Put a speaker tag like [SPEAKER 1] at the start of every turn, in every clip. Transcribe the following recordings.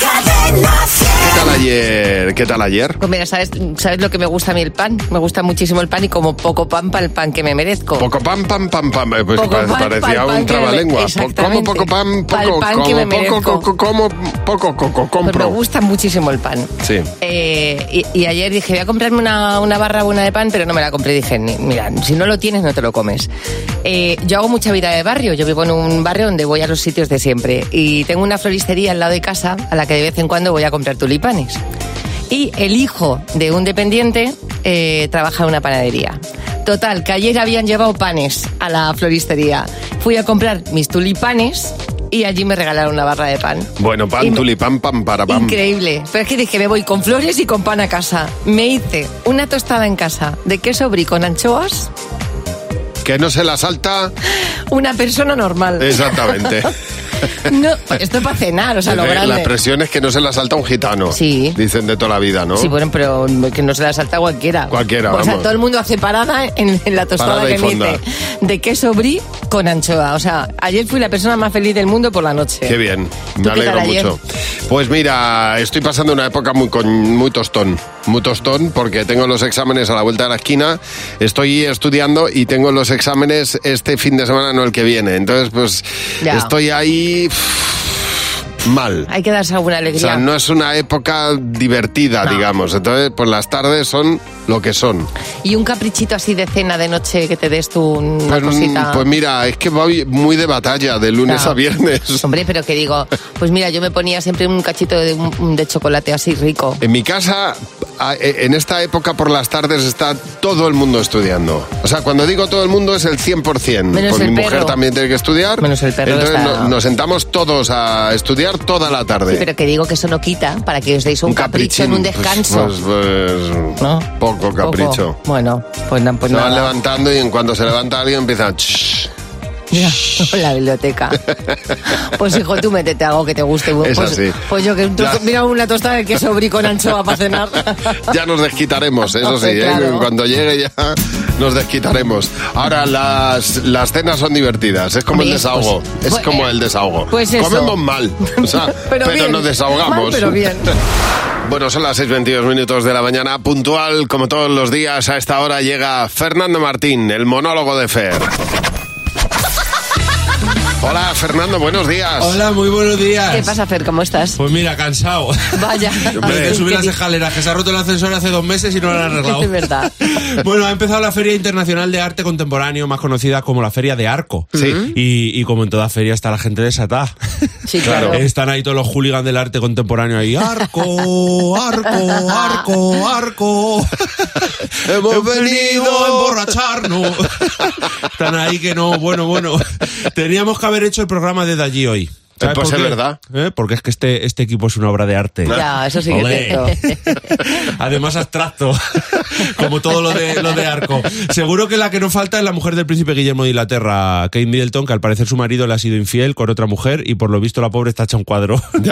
[SPEAKER 1] Cadena 100.
[SPEAKER 2] ¿Qué tal ayer? ¿Qué tal ayer?
[SPEAKER 3] Pues mira, ¿sabes, ¿sabes lo que me gusta a mí el pan? Me gusta muchísimo el pan y como poco pan para el pan que me merezco.
[SPEAKER 2] Poco pam, pam, pam, pam. Eh, Pues
[SPEAKER 3] Poco
[SPEAKER 2] pa-
[SPEAKER 3] pan,
[SPEAKER 2] parecía
[SPEAKER 3] pal, pan
[SPEAKER 2] un
[SPEAKER 3] que me-
[SPEAKER 2] trabalengua. Po- Como
[SPEAKER 3] Exactamente.
[SPEAKER 2] poco pan,
[SPEAKER 3] Pal
[SPEAKER 2] poco,
[SPEAKER 3] pan que
[SPEAKER 2] como,
[SPEAKER 3] me
[SPEAKER 2] poco,
[SPEAKER 3] merezco.
[SPEAKER 2] co- co- como, poco, co- co-
[SPEAKER 3] Pues me
[SPEAKER 2] compro.
[SPEAKER 3] gusta muchísimo el pan.
[SPEAKER 2] Sí.
[SPEAKER 3] Eh, y, y ayer dije, voy a comprarme una, una barra buena de pan, pero no me la compré. Dije, "Ni- mira, si no lo tienes, no te lo comes. Eh, yo hago mucha vida de barrio. Yo vivo en un barrio donde voy a los sitios de siempre. Y tengo una floristería al lado de casa a la que de vez en cuando voy a comprar tulipanes. Y el hijo de un dependiente eh, trabaja en una panadería. Total, que ayer habían llevado panes a la floristería. Fui a comprar mis tulipanes y allí me regalaron una barra de pan.
[SPEAKER 2] Bueno,
[SPEAKER 3] Y
[SPEAKER 2] pan,
[SPEAKER 3] me-
[SPEAKER 2] tulipán, pam, para pam.
[SPEAKER 3] Increíble. Pero es que dije, me voy con flores y con pan a casa. Me hice una tostada en casa de queso brie con anchoas.
[SPEAKER 2] Que no se la salta.
[SPEAKER 3] Una persona normal.
[SPEAKER 2] Exactamente.
[SPEAKER 3] No, esto es para cenar, o sea, lo
[SPEAKER 2] la
[SPEAKER 3] grande.
[SPEAKER 2] expresión es que no se la salta un gitano.
[SPEAKER 3] Sí.
[SPEAKER 2] Dicen de toda la vida, ¿no?
[SPEAKER 3] Sí, pues, bueno, pero que no se la salta cualquiera.
[SPEAKER 2] Cualquiera,
[SPEAKER 3] O sea,
[SPEAKER 2] vamos.
[SPEAKER 3] todo el mundo hace parada en, en la tostada
[SPEAKER 2] Parada y
[SPEAKER 3] que me
[SPEAKER 2] fonda.
[SPEAKER 3] hice de queso brie con anchoa. O sea, ayer fui la persona más feliz del mundo por la noche.
[SPEAKER 2] Qué bien,
[SPEAKER 3] qué
[SPEAKER 2] me alegro
[SPEAKER 3] tal ayer?
[SPEAKER 2] mucho. Pues mira, estoy pasando una época muy, con- muy tostón, muy tostón porque tengo los exámenes a la vuelta de la esquina, estoy estudiando y tengo los exámenes este fin de semana, no el que viene. Entonces, pues
[SPEAKER 3] Ya.
[SPEAKER 2] estoy ahí pff, mal.
[SPEAKER 3] Hay que darse alguna
[SPEAKER 2] O
[SPEAKER 3] alegría.
[SPEAKER 2] sea, no es una época divertida,
[SPEAKER 3] No.
[SPEAKER 2] digamos. Entonces, pues las tardes son lo que son.
[SPEAKER 3] Y un caprichito así de cena de noche que te des tú una
[SPEAKER 2] Pues,
[SPEAKER 3] cosita.
[SPEAKER 2] pues mira, es que voy muy de batalla de lunes
[SPEAKER 3] Claro.
[SPEAKER 2] a viernes.
[SPEAKER 3] Hombre, pero que digo, pues mira, yo me ponía siempre un cachito de, un- de chocolate así rico.
[SPEAKER 2] En mi casa, a- e- en esta época por las tardes está todo el mundo estudiando. O sea, cuando digo todo el mundo es el 100%.
[SPEAKER 3] Menos
[SPEAKER 2] Pues
[SPEAKER 3] el
[SPEAKER 2] mi mujer
[SPEAKER 3] perro.
[SPEAKER 2] también tiene que estudiar.
[SPEAKER 3] Menos el perro
[SPEAKER 2] Entonces
[SPEAKER 3] está-
[SPEAKER 2] no- nos sentamos todos a estudiar toda la tarde.
[SPEAKER 3] Sí, pero que digo que eso no quita para que os deis un, capricho en
[SPEAKER 2] caprichín.
[SPEAKER 3] un descanso.
[SPEAKER 2] Pues, pues,
[SPEAKER 3] ¿no?
[SPEAKER 2] poco capricho.
[SPEAKER 3] Poco. Bueno, pues, no, pues
[SPEAKER 2] Se van
[SPEAKER 3] nada.
[SPEAKER 2] levantando y en cuanto se levanta alguien empieza... "Shh".
[SPEAKER 3] Ya, la biblioteca. Pues hijo, tú métete algo que te guste. Pues,
[SPEAKER 2] Es así.
[SPEAKER 3] pues yo que un trozo-
[SPEAKER 2] Ya.
[SPEAKER 3] mira una tostada de queso brie con anchoa para cenar.
[SPEAKER 2] Ya nos desquitaremos, eso sí,
[SPEAKER 3] Hombre,
[SPEAKER 2] ¿eh?
[SPEAKER 3] claro.
[SPEAKER 2] cuando llegue ya nos desquitaremos. Ahora, las, las cenas son divertidas, es como el
[SPEAKER 3] Hombre,
[SPEAKER 2] desahogo,
[SPEAKER 3] pues-
[SPEAKER 2] es
[SPEAKER 3] pues,
[SPEAKER 2] como
[SPEAKER 3] eh,
[SPEAKER 2] el desahogo.
[SPEAKER 3] pues eso.
[SPEAKER 2] Comemos mal, o sea, pero,
[SPEAKER 3] bien.
[SPEAKER 2] nos desahogamos.
[SPEAKER 3] Mal, pero bien.
[SPEAKER 2] Bueno, son las 6.22 minutos de la mañana, puntual, como todos los días, a esta hora llega Fernando Martín, el monólogo de Fer. Hola, Fernando, buenos días.
[SPEAKER 4] Hola, muy buenos días.
[SPEAKER 3] ¿Qué pasa, Fer? ¿Cómo estás?
[SPEAKER 4] Pues mira, cansado.
[SPEAKER 3] Vaya.
[SPEAKER 4] Desde
[SPEAKER 3] Es
[SPEAKER 4] subir
[SPEAKER 3] que
[SPEAKER 4] las
[SPEAKER 3] di-
[SPEAKER 4] escaleras, que se ha roto el ascensor hace dos meses y no lo han arreglado.
[SPEAKER 3] Es verdad.
[SPEAKER 4] Bueno, ha empezado la Feria Internacional de Arte Contemporáneo, más conocida como la Feria de Arco.
[SPEAKER 2] Sí.
[SPEAKER 4] Y, y como en toda feria está la gente desatada.
[SPEAKER 3] Sí, claro.
[SPEAKER 4] Están ahí todos los hooligans del arte contemporáneo ahí. Arco, arco, arco, arco.
[SPEAKER 2] Hemos venido
[SPEAKER 4] a emborracharnos. Están ahí que no, bueno, bueno. Teníamos que haber hecho el programa desde allí hoy.
[SPEAKER 3] Eh,
[SPEAKER 4] ¿Sabes
[SPEAKER 2] Pues
[SPEAKER 4] por
[SPEAKER 2] es
[SPEAKER 4] qué?
[SPEAKER 2] verdad.
[SPEAKER 4] ¿Eh? Porque es que este, este equipo es una obra de arte.
[SPEAKER 3] Ya, eso sí que es
[SPEAKER 4] Olé.
[SPEAKER 3] cierto.
[SPEAKER 4] Además abstracto, como todo lo de, lo de Arco. Seguro que la que no falta es la mujer del príncipe Guillermo de Inglaterra, Kate Middleton, que al parecer su marido le ha sido infiel con otra mujer y por lo visto la pobre está hecha un cuadro.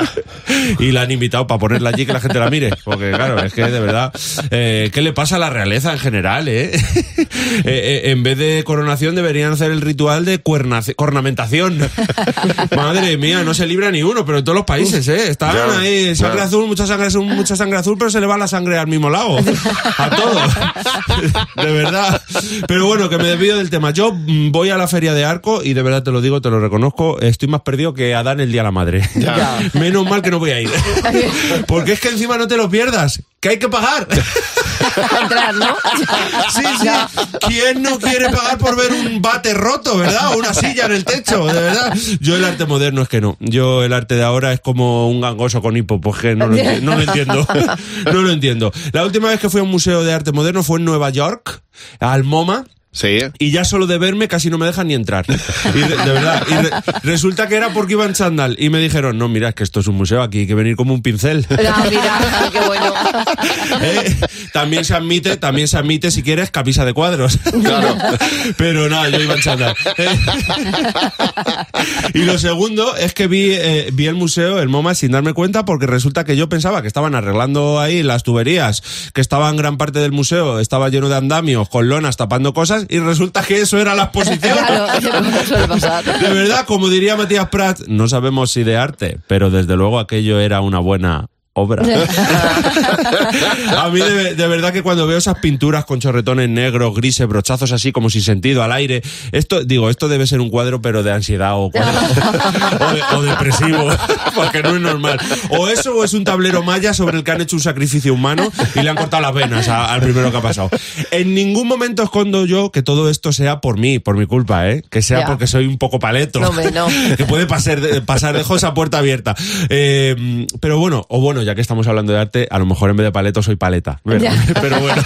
[SPEAKER 4] y la han invitado para ponerla allí que la gente la mire. Porque claro, es que de verdad, eh, ¿qué le pasa a la realeza en general? eh? Eh, eh, en vez de coronación deberían hacer el ritual de cuernace- cornamentación. Madre mía, no se libra ni uno, pero en todos los países, ¿eh? Están
[SPEAKER 2] Ya,
[SPEAKER 4] ahí, sangre
[SPEAKER 2] ya.
[SPEAKER 4] azul azul, mucha sangre azul, mucha sangre azul, pero se le va la sangre al mismo lado. A todo. De verdad. Pero bueno, que me desvío del tema. Yo mm, voy a la feria de arco y de verdad te lo digo, te lo reconozco, estoy más perdido que Adán el día de la madre.
[SPEAKER 2] Ya.
[SPEAKER 4] Menos mal que no voy a ir. Porque es que encima no te lo pierdas, que hay que pagar.
[SPEAKER 3] Entrar, ¿no?
[SPEAKER 4] Sí, sí. ¿Quién no quiere pagar por ver un bate roto, verdad? O una silla en el techo, de verdad. Yo el arte moderno es que no. Yo el arte de ahora es como un gangoso con hipo, pues que no lo, enti- no lo entiendo. No lo entiendo. La última vez que fui a un museo de arte moderno fue en Nueva York, al MoMA.
[SPEAKER 2] Sí,
[SPEAKER 4] Y ya solo de verme casi no me dejan ni entrar. Y re- de verdad. y re- resulta que era porque iba en chándal. Y me dijeron, no, mira, es que esto es un museo, aquí hay que venir como un pincel.
[SPEAKER 3] No, Ah, mira, qué bueno.
[SPEAKER 4] ¿Eh? También se admite, también se admite si quieres camisa de cuadros.
[SPEAKER 2] Claro.
[SPEAKER 4] Pero nada, yo iba en chándal. ¿eh? Y lo segundo es que vi, eh, vi el museo, el MoMA, sin darme cuenta, porque resulta que yo pensaba que estaban arreglando ahí las tuberías, que estaban gran parte del museo, estaba lleno de andamios, con lonas tapando cosas, y resulta que eso era la exposición.
[SPEAKER 3] Claro, suele pasar.
[SPEAKER 4] De verdad, como diría Matías Prats, no sabemos si de arte, pero desde luego aquello era una buena obra. A mí de, de verdad que cuando veo esas pinturas con chorretones negros, grises, brochazos así como sin sentido al aire, esto digo, esto debe ser un cuadro pero de ansiedad o, cuadro- o de- o depresivo, porque no es normal. O eso o es un tablero maya sobre el que han hecho un sacrificio humano y le han cortado las venas a- al primero que ha pasado. En ningún momento escondo yo que todo esto sea por mí, por mi culpa, ¿eh? que sea
[SPEAKER 3] Ya.
[SPEAKER 4] porque soy un poco paleto.
[SPEAKER 3] No, hombre, no.
[SPEAKER 4] que puede pasar, de- pasar dejo esa puerta abierta. Eh, pero bueno, o bueno, ya que estamos hablando de arte, a lo mejor en vez de paleto soy paleta. Pero,
[SPEAKER 3] Ya.
[SPEAKER 4] pero bueno.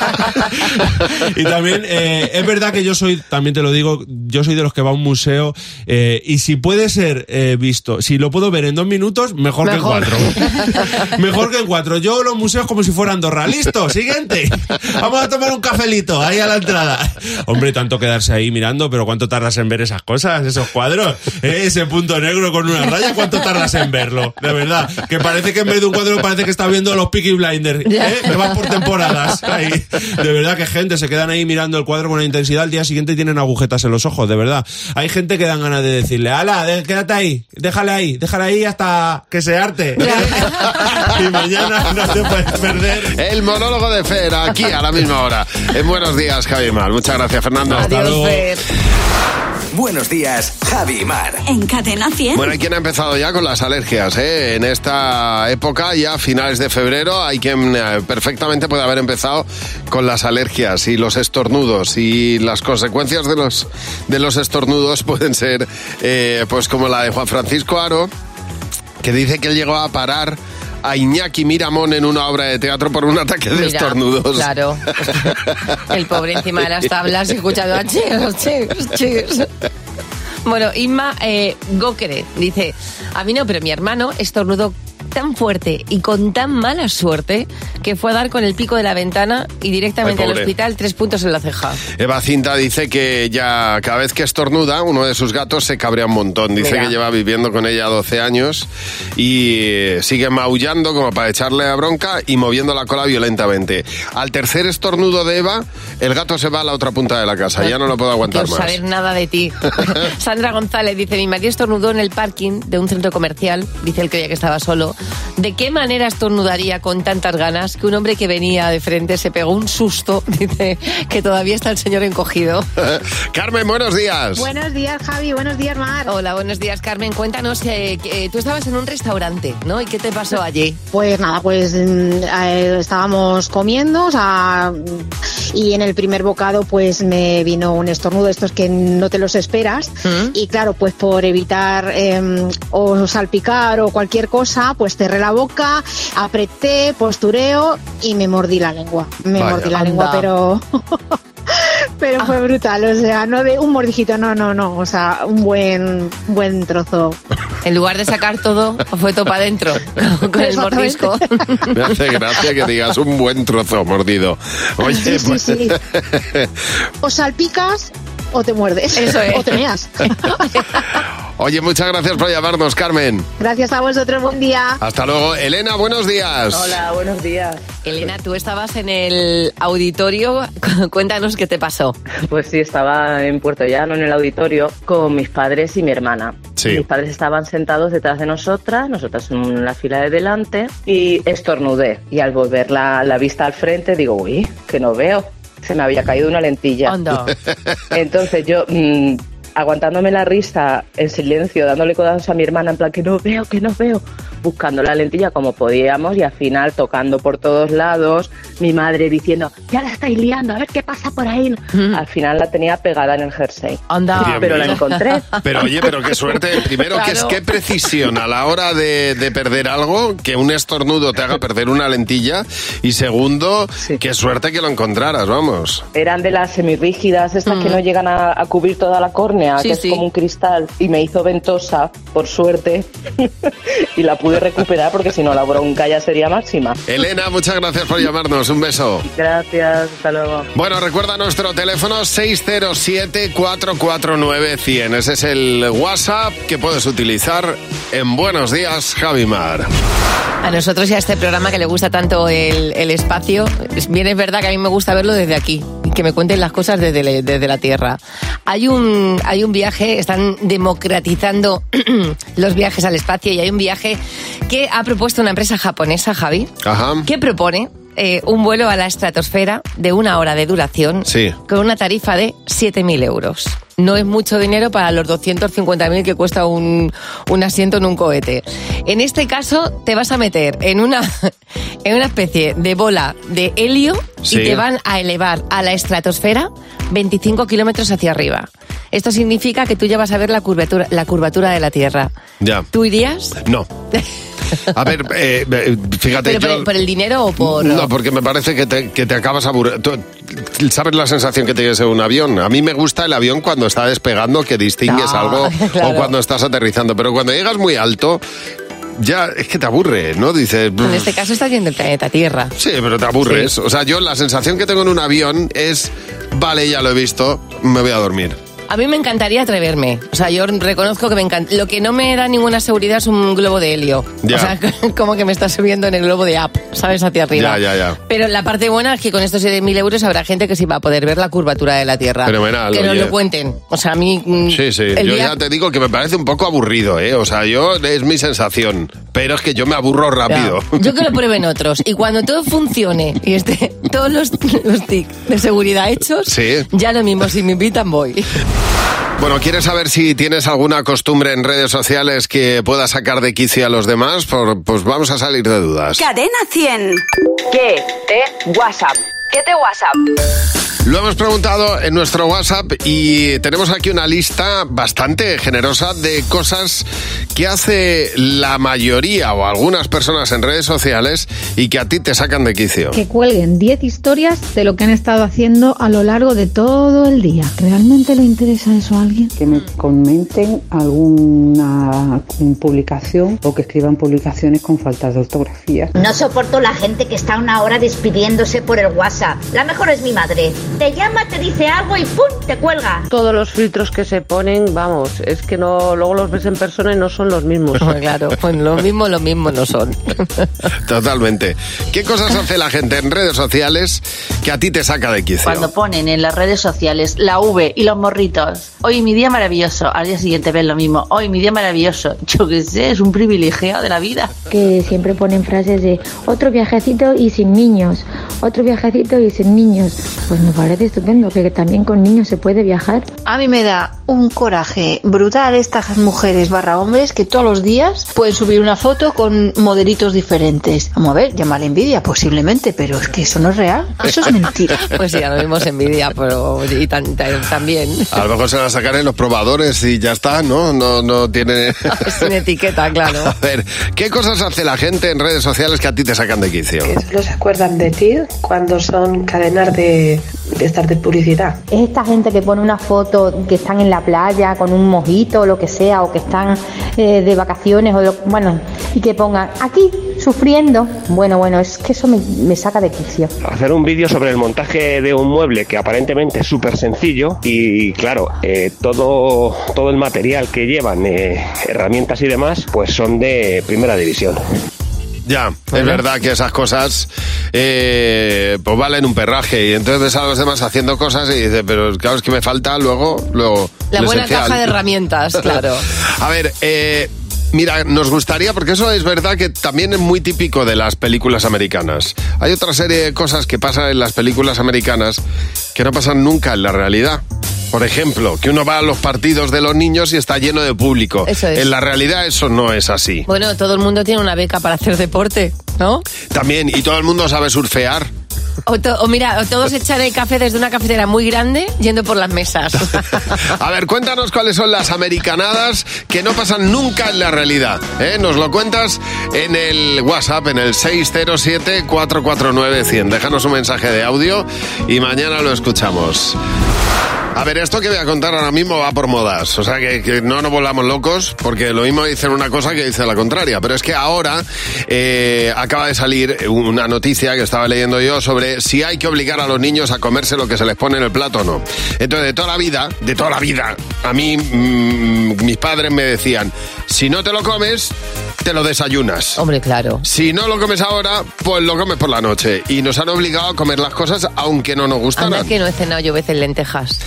[SPEAKER 4] y también, eh, es verdad que yo soy, también te lo digo, yo soy de los que va a un museo eh, y si puede ser eh, visto, si lo puedo ver en dos minutos, mejor,
[SPEAKER 3] Mejor.
[SPEAKER 4] que en cuatro. mejor que en cuatro. Yo los museos como si fuera Andorra. Listo, siguiente. Vamos a tomar un cafelito ahí a la entrada. Hombre, tanto quedarse ahí mirando, pero ¿cuánto tardas en ver esas cosas, esos cuadros? ¿Eh? Ese punto negro con una raya, ¿cuánto tardas en verlo? De verdad, que parece que en vez de un cuadro parece que está viendo los Peaky Blinders.
[SPEAKER 3] Ya.
[SPEAKER 4] ¿eh? Me van por temporadas. Ahí. De verdad que gente se quedan ahí mirando el cuadro con una intensidad. Al día siguiente tienen agujetas en los ojos, de verdad. Hay gente que dan ganas de decirle, ala, de- quédate ahí, déjale ahí, déjale ahí hasta que se arte. y mañana no te puedes perder.
[SPEAKER 2] El monólogo de Fer, aquí a la misma hora. En Buenos Días, Javi Mar. Muchas gracias, Fernando.
[SPEAKER 3] Adiós,
[SPEAKER 4] luego.
[SPEAKER 3] Fer.
[SPEAKER 5] Buenos días, Javi y Mar.
[SPEAKER 1] En Cadena
[SPEAKER 3] ¿Eh?
[SPEAKER 1] 100.
[SPEAKER 2] Bueno, hay quien ha empezado ya con las alergias, ¿eh? En esta época, ya a finales de febrero, hay quien eh, perfectamente puede haber empezado con las alergias y los estornudos. Y las consecuencias de los, de los estornudos pueden ser, eh, pues como la de Juan Francisco Aro, que dice que él llegó a parar a Iñaki Miramón en una obra de teatro por un ataque de
[SPEAKER 3] Mira,
[SPEAKER 2] estornudos.
[SPEAKER 3] Claro. El pobre encima de las tablas escuchando a cheers, cheers, cheers. Bueno, Inma eh, Gokere dice, a mí no, pero mi hermano estornudó tan fuerte y con tan mala suerte que fue a dar con el pico de la ventana y directamente
[SPEAKER 2] Ay,
[SPEAKER 3] al
[SPEAKER 2] pobre.
[SPEAKER 3] hospital tres puntos en la ceja.
[SPEAKER 2] Eva Cinta dice que ya cada vez que estornuda, uno de sus gatos se cabrea un montón. Dice
[SPEAKER 3] Mira.
[SPEAKER 2] que lleva viviendo con ella 12 años y eh, sigue maullando como para echarle la bronca y moviendo la cola violentamente. Al tercer estornudo de Eva, el gato se va a la otra punta de la casa. Ya no lo puedo aguantar
[SPEAKER 3] Quiero
[SPEAKER 2] más.
[SPEAKER 3] saber nada de ti. Sandra González dice, mi marido estornudó en el parking de un centro comercial, dice él creía que estaba solo. ¿De qué manera estornudaría con tantas ganas que un hombre que venía de frente se pegó un susto? Dice que todavía está el señor encogido.
[SPEAKER 2] Carmen, buenos días.
[SPEAKER 6] Buenos días, Javi. Buenos días, Mar.
[SPEAKER 3] Hola, buenos días Carmen. Cuéntanos, eh, que, eh, tú estabas en un restaurante, ¿no? ¿Y qué te pasó allí?
[SPEAKER 6] Pues nada, pues mm, eh, estábamos comiendo o sea, mm, y en el primer bocado pues me vino un estornudo, de estos que no te los esperas.
[SPEAKER 3] ¿Mm?
[SPEAKER 6] Y claro, pues por evitar em, o salpicar o cualquier cosa, pues cerré la boca, apreté, postureo y me mordí la lengua. Me
[SPEAKER 2] Vaya.
[SPEAKER 6] mordí la
[SPEAKER 3] Anda.
[SPEAKER 6] lengua, pero... Pero fue brutal, o sea, no de un mordijito, no, no, no, o sea, un buen, buen trozo.
[SPEAKER 3] En lugar de sacar todo, fue topa adentro con el
[SPEAKER 6] Exactamente.
[SPEAKER 3] mordisco.
[SPEAKER 2] Me hace gracia que digas un buen trozo mordido. Oye,
[SPEAKER 6] Sí, sí,
[SPEAKER 2] pues-
[SPEAKER 6] sí. O salpicas o te muerdes.
[SPEAKER 3] Eso es.
[SPEAKER 6] O te meas.
[SPEAKER 2] Oye, muchas gracias por llamarnos, Carmen.
[SPEAKER 6] Gracias a vosotros, buen día.
[SPEAKER 2] Hasta luego. Elena, buenos días.
[SPEAKER 7] Hola, buenos días.
[SPEAKER 3] Elena, tú estabas en el auditorio. Cuéntanos qué te pasó.
[SPEAKER 7] Pues sí, estaba en Puerto Llano, en el auditorio, con mis padres y mi hermana.
[SPEAKER 2] Sí.
[SPEAKER 7] Mis padres estaban sentados detrás de nosotras, nosotras en la fila de delante, y estornudé. Y al volver la, la vista al frente, digo, uy, que no veo. Se me había caído una lentilla.
[SPEAKER 3] Anda.
[SPEAKER 7] Entonces yo, mm, aguantándome la risa en silencio, dándole codazos a mi hermana, en plan que no veo, que no veo, buscando la lentilla como podíamos y al final tocando por todos lados, mi madre diciendo, ya la estáis liando, a ver qué pasa por ahí.
[SPEAKER 3] Mm.
[SPEAKER 7] Al final la tenía pegada en el jersey.
[SPEAKER 3] Anda.
[SPEAKER 2] Bien,
[SPEAKER 7] Ah, Pero la encontré.
[SPEAKER 2] Pero oye, pero qué suerte. Primero, que es
[SPEAKER 3] Claro.
[SPEAKER 2] qué precisión a la hora de, de perder algo, que un estornudo te haga perder una lentilla. Y segundo,
[SPEAKER 7] Sí.
[SPEAKER 2] qué suerte que lo encontraras, vamos.
[SPEAKER 7] Eran de las semirrígidas, estas que no llegan a, a cubrir toda la córnea,
[SPEAKER 3] Mm. Sí,
[SPEAKER 7] que
[SPEAKER 3] sí.
[SPEAKER 7] es como un cristal, y me hizo ventosa, por suerte, y la pude pude recuperar porque si no la bronca ya sería máxima.
[SPEAKER 2] Elena, muchas gracias por llamarnos. Un beso.
[SPEAKER 7] Gracias, hasta luego.
[SPEAKER 2] Bueno, recuerda nuestro teléfono 607-449-100. Ese es el WhatsApp que puedes utilizar en Buenos Días, Javimar.
[SPEAKER 3] A nosotros y a este programa que le gusta tanto el, el espacio, es- bien es verdad que a mí me gusta verlo desde aquí, y que me cuenten las cosas desde, le- desde la Tierra. Hay un, hay un viaje, están democratizando los viajes al espacio y hay un viaje que ha propuesto una empresa japonesa, Javi,
[SPEAKER 2] Ajá.
[SPEAKER 3] que propone eh, un vuelo a la estratosfera de una hora de duración
[SPEAKER 2] Sí.
[SPEAKER 3] con una tarifa de 7.000 euros. No es mucho dinero para los 250.000 que cuesta un, un asiento en un cohete. En este caso, te vas a meter en una, en una especie de bola de helio
[SPEAKER 2] Sí.
[SPEAKER 3] y te van a elevar a la estratosfera 25 kilómetros hacia arriba. Esto significa que tú ya vas a ver la curvatura, la curvatura de la Tierra.
[SPEAKER 2] Ya.
[SPEAKER 3] ¿Tú irías?
[SPEAKER 2] No. A ver, eh, eh, fíjate.
[SPEAKER 3] ¿Pero por
[SPEAKER 2] yo-
[SPEAKER 3] el, por el dinero o por...?
[SPEAKER 2] No, porque me parece que te, que te acabas aburriendo. ¿Sabes la sensación que tienes en un avión? A mí me gusta el avión cuando está despegando, que distingues
[SPEAKER 3] No,
[SPEAKER 2] algo, o
[SPEAKER 3] claro.
[SPEAKER 2] cuando estás aterrizando. Pero cuando llegas muy alto, ya es que te aburre, ¿no? Dices. "Mm,
[SPEAKER 3] En este caso estás yendo el planeta Tierra.
[SPEAKER 2] Sí, pero te aburres. O sea, yo la sensación que tengo en un avión es, vale, ya lo he visto, me voy a dormir.
[SPEAKER 3] A mí me encantaría atreverme. O sea, yo reconozco que me encanta. Lo que no me da ninguna seguridad es un globo de helio.
[SPEAKER 2] Ya.
[SPEAKER 3] O sea, como que me está subiendo en el globo de app, ¿sabes? Hacia arriba.
[SPEAKER 2] Ya, ya, ya.
[SPEAKER 3] Pero la parte buena es que con estos 7.000 euros habrá gente que sí va a poder ver la curvatura de la Tierra.
[SPEAKER 2] Fenomenal,
[SPEAKER 3] Que nos
[SPEAKER 2] oye.
[SPEAKER 3] lo cuenten. O sea, a mí. mm,
[SPEAKER 2] Sí, sí.
[SPEAKER 3] el
[SPEAKER 2] Yo
[SPEAKER 3] día-
[SPEAKER 2] ya te digo que me parece un poco aburrido, ¿eh? O sea, yo es mi sensación. Pero es que yo me aburro rápido.
[SPEAKER 3] Ya. Yo que lo prueben otros. Y cuando todo funcione y esté todos los, los tics de seguridad hechos,
[SPEAKER 2] Sí.
[SPEAKER 3] ya lo mismo, si me invitan voy.
[SPEAKER 2] Bueno, ¿quieres saber si tienes alguna costumbre en redes sociales que pueda sacar de quicio a los demás? Por- pues vamos a salir de dudas.
[SPEAKER 1] Cadena 100.
[SPEAKER 7] ¿Qué te WhatsApp?
[SPEAKER 1] ¿Qué te WhatsApp?
[SPEAKER 2] Lo hemos preguntado en nuestro WhatsApp y tenemos aquí una lista bastante generosa de cosas que hace la mayoría o algunas personas en redes sociales y que a ti te sacan de quicio.
[SPEAKER 6] Que cuelguen 10 historias de lo que han estado haciendo a lo largo de todo el día. ¿Realmente le interesa eso a alguien?
[SPEAKER 8] que me
[SPEAKER 9] Mm.
[SPEAKER 8] comenten alguna publicación o que escriban publicaciones con faltas de ortografía.
[SPEAKER 10] No soporto la gente que está una hora despidiéndose por el WhatsApp. La mejor es mi madre. Te llama, te dice algo y ¡pum! te cuelga.
[SPEAKER 11] Todos los filtros que se ponen, vamos, es que no luego los ves en persona y no son los mismos.
[SPEAKER 3] Pues claro, pues lo mismo, lo mismo no son.
[SPEAKER 2] Totalmente. ¿Qué cosas hace la gente en redes sociales que a ti te saca de quicio?
[SPEAKER 12] Cuando ponen en las redes sociales la V y los morritos, hoy mi día maravilloso, al día siguiente ves lo mismo, hoy mi día maravilloso, yo qué sé, es un privilegiado de la vida.
[SPEAKER 13] que siempre ponen frases de otro viajecito y sin niños, otro viajecito y sin niños. Pues me parece estupendo que también con niños se puede viajar.
[SPEAKER 14] A mí me da un coraje brutal estas mujeres barra hombres que todos los días pueden subir una foto con modelitos diferentes. Vamos a ver, llamarle envidia posiblemente, pero es que eso no es real. Eso es mentira.
[SPEAKER 3] Pues sí, a lo mismo es envidia, pero y tan- tan- también.
[SPEAKER 2] A lo mejor se la sacan en los probadores y ya está, ¿no? No, no tiene...
[SPEAKER 3] Sin etiqueta, claro.
[SPEAKER 2] A ver, ¿qué cosas hace la gente en redes sociales que a ti te sacan de quicio?
[SPEAKER 9] solo se acuerdan de ti cuando son cadenas de, de estas de publicidad.
[SPEAKER 13] Es esta gente que pone una foto que están en la playa con un mojito o lo que sea, o que están eh, de vacaciones, o de lo- bueno, y que pongan aquí sufriendo. Bueno, bueno, es que eso me, me saca de quicio.
[SPEAKER 15] hacer un vídeo sobre el montaje de un mueble que aparentemente es súper sencillo y claro, eh, todo, todo el material que llevan, eh, herramientas y demás, pues son de primera división.
[SPEAKER 2] Ya,
[SPEAKER 3] Pues
[SPEAKER 2] es verdad que esas cosas eh, pues valen un perraje y entonces ves a los demás haciendo cosas y dices, pero claro, es que me falta luego, luego...
[SPEAKER 3] La
[SPEAKER 2] lo
[SPEAKER 3] buena
[SPEAKER 2] esencial.
[SPEAKER 3] caja de herramientas, claro.
[SPEAKER 2] A ver, eh, mira, nos gustaría, porque eso es verdad que también es muy típico de las películas americanas. Hay otra serie de cosas que pasan en las películas americanas que no pasan nunca en la realidad. Por ejemplo, que uno va a los partidos de los niños y está lleno de público.
[SPEAKER 3] Eso es.
[SPEAKER 2] En la realidad eso no es así.
[SPEAKER 3] Bueno, todo el mundo tiene una beca para hacer deporte, ¿no?
[SPEAKER 2] También, y todo el mundo sabe surfear.
[SPEAKER 3] O, to- o mira, o todos echan el café desde una cafetera muy grande yendo por las mesas.
[SPEAKER 2] A ver, cuéntanos cuáles son las americanadas que no pasan nunca en la realidad. ¿eh? Nos lo cuentas en el WhatsApp, en el 607-449-100. Déjanos un mensaje de audio y mañana lo escuchamos. A ver, esto que voy a contar ahora mismo va por modas. O sea, que, que no nos volamos locos, porque lo mismo dicen una cosa que dicen la contraria. Pero es que ahora eh, acaba de salir una noticia que estaba leyendo yo sobre si hay que obligar a los niños a comerse lo que se les pone en el plato o no. Entonces, de toda la vida, de toda la vida, a mí mm, mis padres me decían, si no te lo comes, te lo desayunas.
[SPEAKER 3] Hombre, claro.
[SPEAKER 2] Si no lo comes ahora, pues lo comes por la noche. Y nos han obligado a comer las cosas aunque no nos gustaran.
[SPEAKER 3] Anda que no he cenado yo veces lentejas.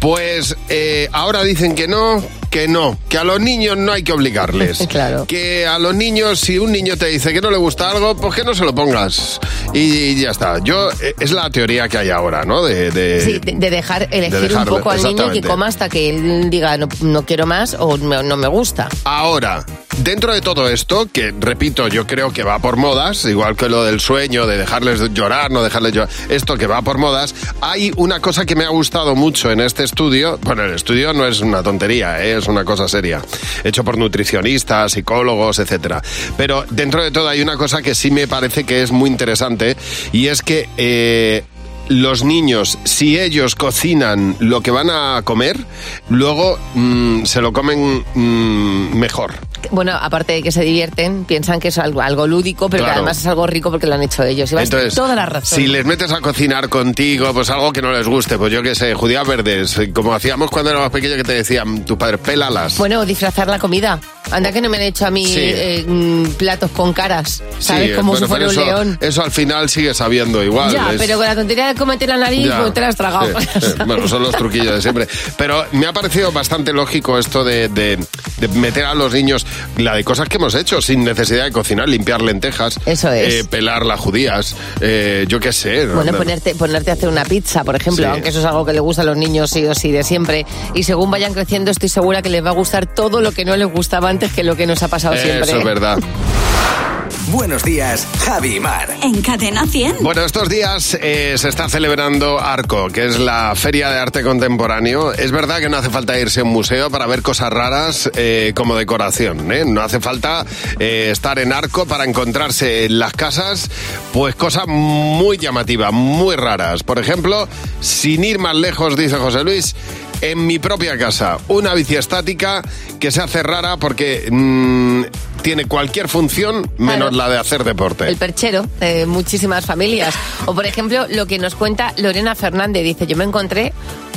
[SPEAKER 2] Pues eh, ahora dicen que no, que no, que a los niños no hay que obligarles.
[SPEAKER 3] Claro.
[SPEAKER 2] Que a los niños, si un niño te dice que no le gusta algo, pues que no se lo pongas. Y, ya está. Yo, eh, es la teoría que hay ahora, ¿no? De, Eh, de-
[SPEAKER 3] Sí, de, de dejar elegir
[SPEAKER 2] dejar-
[SPEAKER 3] un poco al niño que
[SPEAKER 2] exactamente.
[SPEAKER 3] coma hasta que él diga no, no quiero más o no, no me gusta.
[SPEAKER 2] Ah. Ahora, dentro de todo esto, que repito, yo creo que va por modas, igual que lo del sueño, de dejarles llorar, no dejarles llorar, esto que va por modas, hay una cosa que me ha gustado mucho en este estudio, bueno, el estudio no es una tontería, ¿eh? es una cosa seria, hecho por nutricionistas, psicólogos, etcétera. Pero dentro de todo hay una cosa que sí me parece que es muy interesante y es que... eh, los niños, si ellos cocinan lo que van a comer, luego mm, se lo comen mm, mejor.
[SPEAKER 3] Bueno, aparte de que se divierten, piensan que es algo, algo lúdico, pero que
[SPEAKER 2] Claro.
[SPEAKER 3] además es algo rico porque lo han hecho ellos. Llevas
[SPEAKER 2] Entonces,
[SPEAKER 3] toda la razón.
[SPEAKER 2] Si les metes a cocinar contigo, pues algo que no les guste, pues yo qué sé, judías verdes, como hacíamos cuando éramos pequeños que te decían tus padres, pélalas.
[SPEAKER 3] Bueno, disfrazar la comida. Anda que no me han hecho a mí
[SPEAKER 2] Sí.
[SPEAKER 3] eh, mm, platos con caras, ¿sabes?
[SPEAKER 2] Sí,
[SPEAKER 3] Como
[SPEAKER 2] bueno,
[SPEAKER 3] si fuera
[SPEAKER 2] pero
[SPEAKER 3] un
[SPEAKER 2] eso,
[SPEAKER 3] león.
[SPEAKER 2] Eso al final sigue sabiendo igual.
[SPEAKER 3] ya,
[SPEAKER 2] es-
[SPEAKER 3] pero con la tontería de comerte la nariz,
[SPEAKER 2] Ya.
[SPEAKER 3] pues te la has tragado.
[SPEAKER 2] Sí, sí. Bueno, pues son los truquillos de siempre. Pero me ha parecido bastante lógico esto de, de- de meter a los niños la de cosas que hemos hecho sin necesidad de cocinar, limpiar lentejas,
[SPEAKER 3] Eso es.
[SPEAKER 2] eh, pelar las judías, eh, yo qué sé.
[SPEAKER 3] Bueno,
[SPEAKER 2] No-
[SPEAKER 3] ponerte, ponerte a hacer una pizza, por ejemplo,
[SPEAKER 2] Sí.
[SPEAKER 3] aunque eso es algo que le gusta a los niños sí o sí de siempre. Y según vayan creciendo, estoy segura que les va a gustar todo lo que no les gustaba antes que lo que nos ha pasado siempre.
[SPEAKER 2] Eso es verdad.
[SPEAKER 5] Buenos días, Javi y Mar.
[SPEAKER 1] En Cadena 100.
[SPEAKER 2] Bueno, estos días eh, se está celebrando Arco, que es la Feria de Arte Contemporáneo. Es verdad que no hace falta irse a un museo para ver cosas raras eh, como decoración. ¿eh? No hace falta eh, estar en Arco para encontrarse en las casas pues cosas muy llamativas, muy raras. Por ejemplo, sin ir más lejos, dice José Luis, en mi propia casa, una bici estática que se hace rara porque mm, tiene cualquier función menos la de hacer deporte.
[SPEAKER 3] El perchero de muchísimas familias. O, por ejemplo, lo que nos cuenta Lorena Fernández. Dice, yo me encontré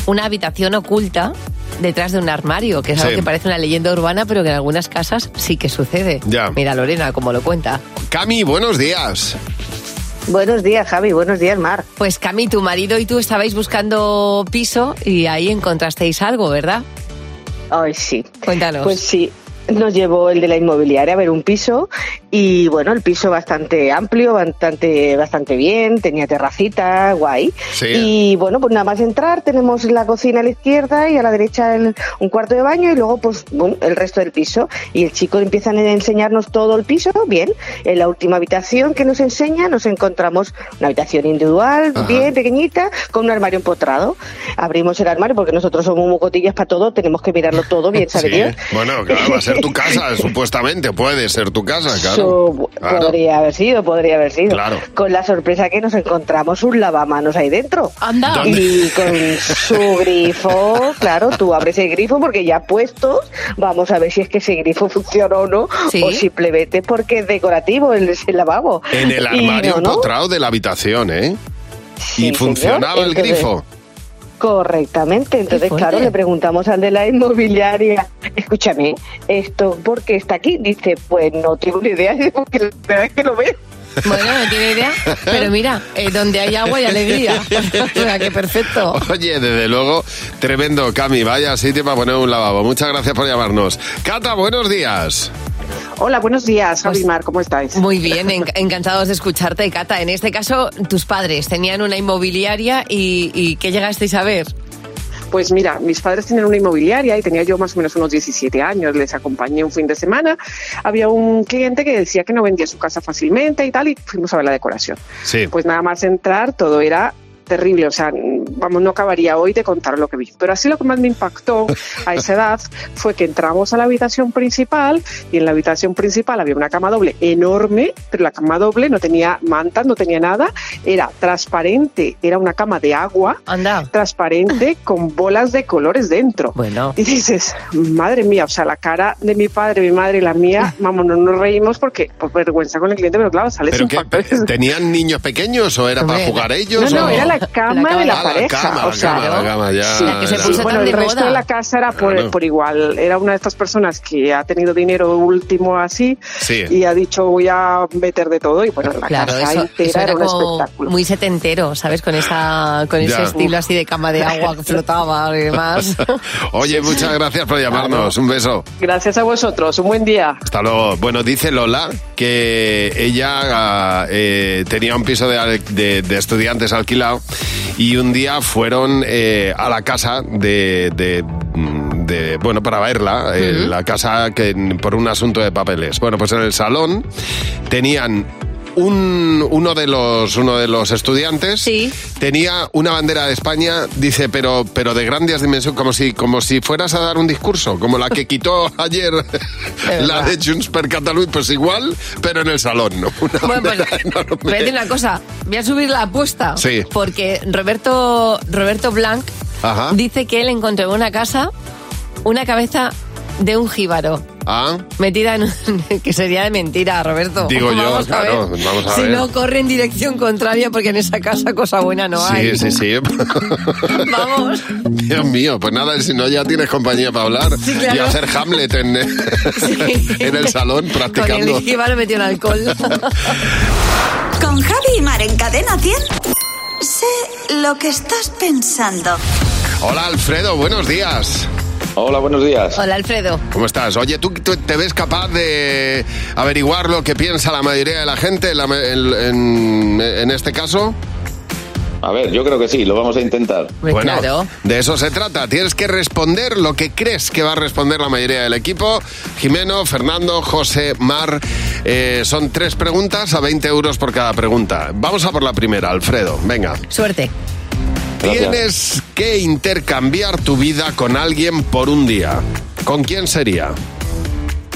[SPEAKER 3] una habitación oculta detrás de un armario, que es algo
[SPEAKER 2] Sí.
[SPEAKER 3] que parece una leyenda urbana, pero que en algunas casas sí que sucede.
[SPEAKER 2] Ya.
[SPEAKER 3] Mira, Lorena, como lo cuenta.
[SPEAKER 2] Cami, buenos días.
[SPEAKER 16] Buenos días, Javi. Buenos días, Mar.
[SPEAKER 3] Pues Cami, tu marido y tú estabais buscando piso y ahí encontrasteis algo, ¿verdad?
[SPEAKER 16] Ay, sí.
[SPEAKER 3] Cuéntanos.
[SPEAKER 16] Pues sí, nos llevó el de la inmobiliaria a ver un piso y bueno, el piso bastante amplio, bastante, bastante bien, tenía terracita, guay.
[SPEAKER 17] Sí.
[SPEAKER 16] Y bueno, pues nada más entrar tenemos la cocina a la izquierda y a la derecha el- un cuarto de baño y luego pues bum, el resto del piso. Y el chico empieza a enseñarnos todo el piso, bien. En la última habitación que nos enseña nos encontramos una habitación individual, bien pequeñita, con un armario empotrado. Abrimos el armario porque nosotros somos mucotillas para todo, tenemos que mirarlo todo, bien sabe
[SPEAKER 2] Sí.
[SPEAKER 16] Dios.
[SPEAKER 2] Bueno, claro, va a ser tu casa, supuestamente, puede ser tu casa, claro.
[SPEAKER 16] Su-
[SPEAKER 2] Claro.
[SPEAKER 16] Podría haber sido, podría haber sido.
[SPEAKER 2] Claro.
[SPEAKER 16] Con la sorpresa que nos encontramos un lavamanos ahí dentro.
[SPEAKER 3] Anda.
[SPEAKER 16] Y con su grifo, claro, tú abres el grifo porque ya puestos, vamos a ver si es que ese grifo funciona o no,
[SPEAKER 3] Sí.
[SPEAKER 16] o simplemente porque es decorativo el, el lavabo.
[SPEAKER 2] En el
[SPEAKER 16] Y
[SPEAKER 2] armario
[SPEAKER 16] no, ¿no?
[SPEAKER 2] empotrado de la habitación, ¿eh? y
[SPEAKER 16] señor.
[SPEAKER 2] funcionaba el
[SPEAKER 16] Entonces-
[SPEAKER 2] grifo.
[SPEAKER 16] Correctamente, entonces
[SPEAKER 2] fuerte.
[SPEAKER 16] claro, le preguntamos al de la inmobiliaria, escúchame, esto, ¿por qué está aquí? Dice, pues no tengo ni idea, porque la verdad es que lo veo.
[SPEAKER 3] Bueno, no tiene idea, pero mira, eh, donde hay agua hay alegría. o sea, que perfecto.
[SPEAKER 2] Oye, desde luego, tremendo, Cami, vaya sitio para poner un lavabo. Muchas gracias por llamarnos. Cata, buenos días.
[SPEAKER 17] Hola, buenos días, Javi y Mar, ¿cómo estáis?
[SPEAKER 3] Pues, Muy bien, en- encantados de escucharte, Cata. En este caso, tus padres tenían una inmobiliaria y, y ¿qué llegasteis a ver?
[SPEAKER 17] Pues mira, mis padres tienen una inmobiliaria y tenía yo más o menos unos 17 años, les acompañé un fin de semana. Había un cliente que decía que no vendía su casa fácilmente y tal, y fuimos a ver la decoración.
[SPEAKER 2] Sí.
[SPEAKER 17] Pues nada más entrar, todo era terrible, o sea, vamos, no acabaría hoy de contar lo que vi. Pero así lo que más me impactó a esa edad fue que entramos a la habitación principal y en la habitación principal había una cama doble enorme, pero la cama doble no tenía manta, no tenía nada, era transparente, era una cama de agua transparente con bolas de colores dentro.
[SPEAKER 3] Bueno.
[SPEAKER 17] Y dices, madre mía, o sea, la cara de mi padre, mi madre y la mía, vamos, no nos reímos porque por vergüenza con el cliente, pero claro, sales
[SPEAKER 2] ¿Pero
[SPEAKER 17] un
[SPEAKER 2] qué? eh, ¿Tenían niños pequeños o era para jugar ellos?
[SPEAKER 17] No, no,
[SPEAKER 2] o-
[SPEAKER 17] era la cama de la
[SPEAKER 2] Ah,
[SPEAKER 17] pareja.
[SPEAKER 2] cama,
[SPEAKER 17] o sea,
[SPEAKER 2] la cama, la cama, ya.
[SPEAKER 17] sí,
[SPEAKER 2] ya.
[SPEAKER 17] sí, bueno, el resto de la casa era por,
[SPEAKER 2] Claro.
[SPEAKER 17] por igual. Era una de estas personas que ha tenido dinero último así
[SPEAKER 2] Sí.
[SPEAKER 17] y ha dicho voy a meter de todo y bueno, la
[SPEAKER 3] Claro,
[SPEAKER 17] casa
[SPEAKER 3] eso,
[SPEAKER 17] entera
[SPEAKER 3] eso era
[SPEAKER 17] era un
[SPEAKER 3] como
[SPEAKER 17] espectáculo.
[SPEAKER 3] muy setentero, ¿sabes? Con esa con ese
[SPEAKER 2] Ya.
[SPEAKER 3] estilo así de cama de agua que flotaba y demás.
[SPEAKER 2] Oye, muchas gracias por llamarnos. Un beso.
[SPEAKER 17] Gracias a vosotros, un buen día.
[SPEAKER 2] Hasta luego. Bueno, dice Lola que ella eh, tenía un piso de, al- de- de estudiantes alquilado y un día fueron eh, a la casa de, de- de- bueno, para verla, eh, la casa que, por un asunto de papeles. Bueno, pues en el salón tenían... un- uno de los uno de los estudiantes tenía una bandera de España dice pero pero de grandes dimensiones como si como si fueras a dar un discurso como la que quitó ayer la de Junts per Catalunya, pues igual, pero en el salón, ¿no? Una bandera enorme.
[SPEAKER 3] pues, Voy a decir una cosa, voy a subir la apuesta.
[SPEAKER 2] Sí.
[SPEAKER 3] Porque Roberto, Roberto Blanc
[SPEAKER 2] Ajá.
[SPEAKER 3] dice que él encontró en una casa una cabeza de un jíbaro.
[SPEAKER 2] Ah,
[SPEAKER 3] Metida en un- que sería de mentira, Roberto.
[SPEAKER 2] digo yo,
[SPEAKER 3] Vamos a ver.
[SPEAKER 2] claro, vamos a
[SPEAKER 3] si
[SPEAKER 2] ver.
[SPEAKER 3] no, corre en dirección contraria porque en esa casa cosa buena no hay.
[SPEAKER 2] sí, sí, sí.
[SPEAKER 3] Vamos.
[SPEAKER 2] Dios mío, pues nada, si no ya tienes compañía para hablar
[SPEAKER 3] Sí, claro.
[SPEAKER 2] y hacer Hamlet en, en el salón
[SPEAKER 3] Con
[SPEAKER 2] practicando.
[SPEAKER 3] el jíbaro metió en alcohol.
[SPEAKER 1] Con Javi y Mar en Cadena 100. Sé lo que estás pensando.
[SPEAKER 2] Hola Alfredo, buenos días.
[SPEAKER 18] Hola, buenos días.
[SPEAKER 3] Hola, Alfredo.
[SPEAKER 2] ¿Cómo estás? Oye, ¿tú, tú te ves capaz de averiguar lo que piensa la mayoría de la gente en la- en- en- en este caso?
[SPEAKER 18] A ver, yo creo que sí, lo vamos a intentar.
[SPEAKER 2] Bueno, de eso se trata. Tienes que responder lo que crees que va a responder la mayoría del equipo. Jimeno, Fernando, José, Mar. Eh, son tres preguntas a 20 euros por cada pregunta. Vamos a por la primera, Alfredo. Venga.
[SPEAKER 3] Suerte.
[SPEAKER 18] Gracias.
[SPEAKER 2] Tienes que intercambiar tu vida con alguien por un día. ¿Con quién sería?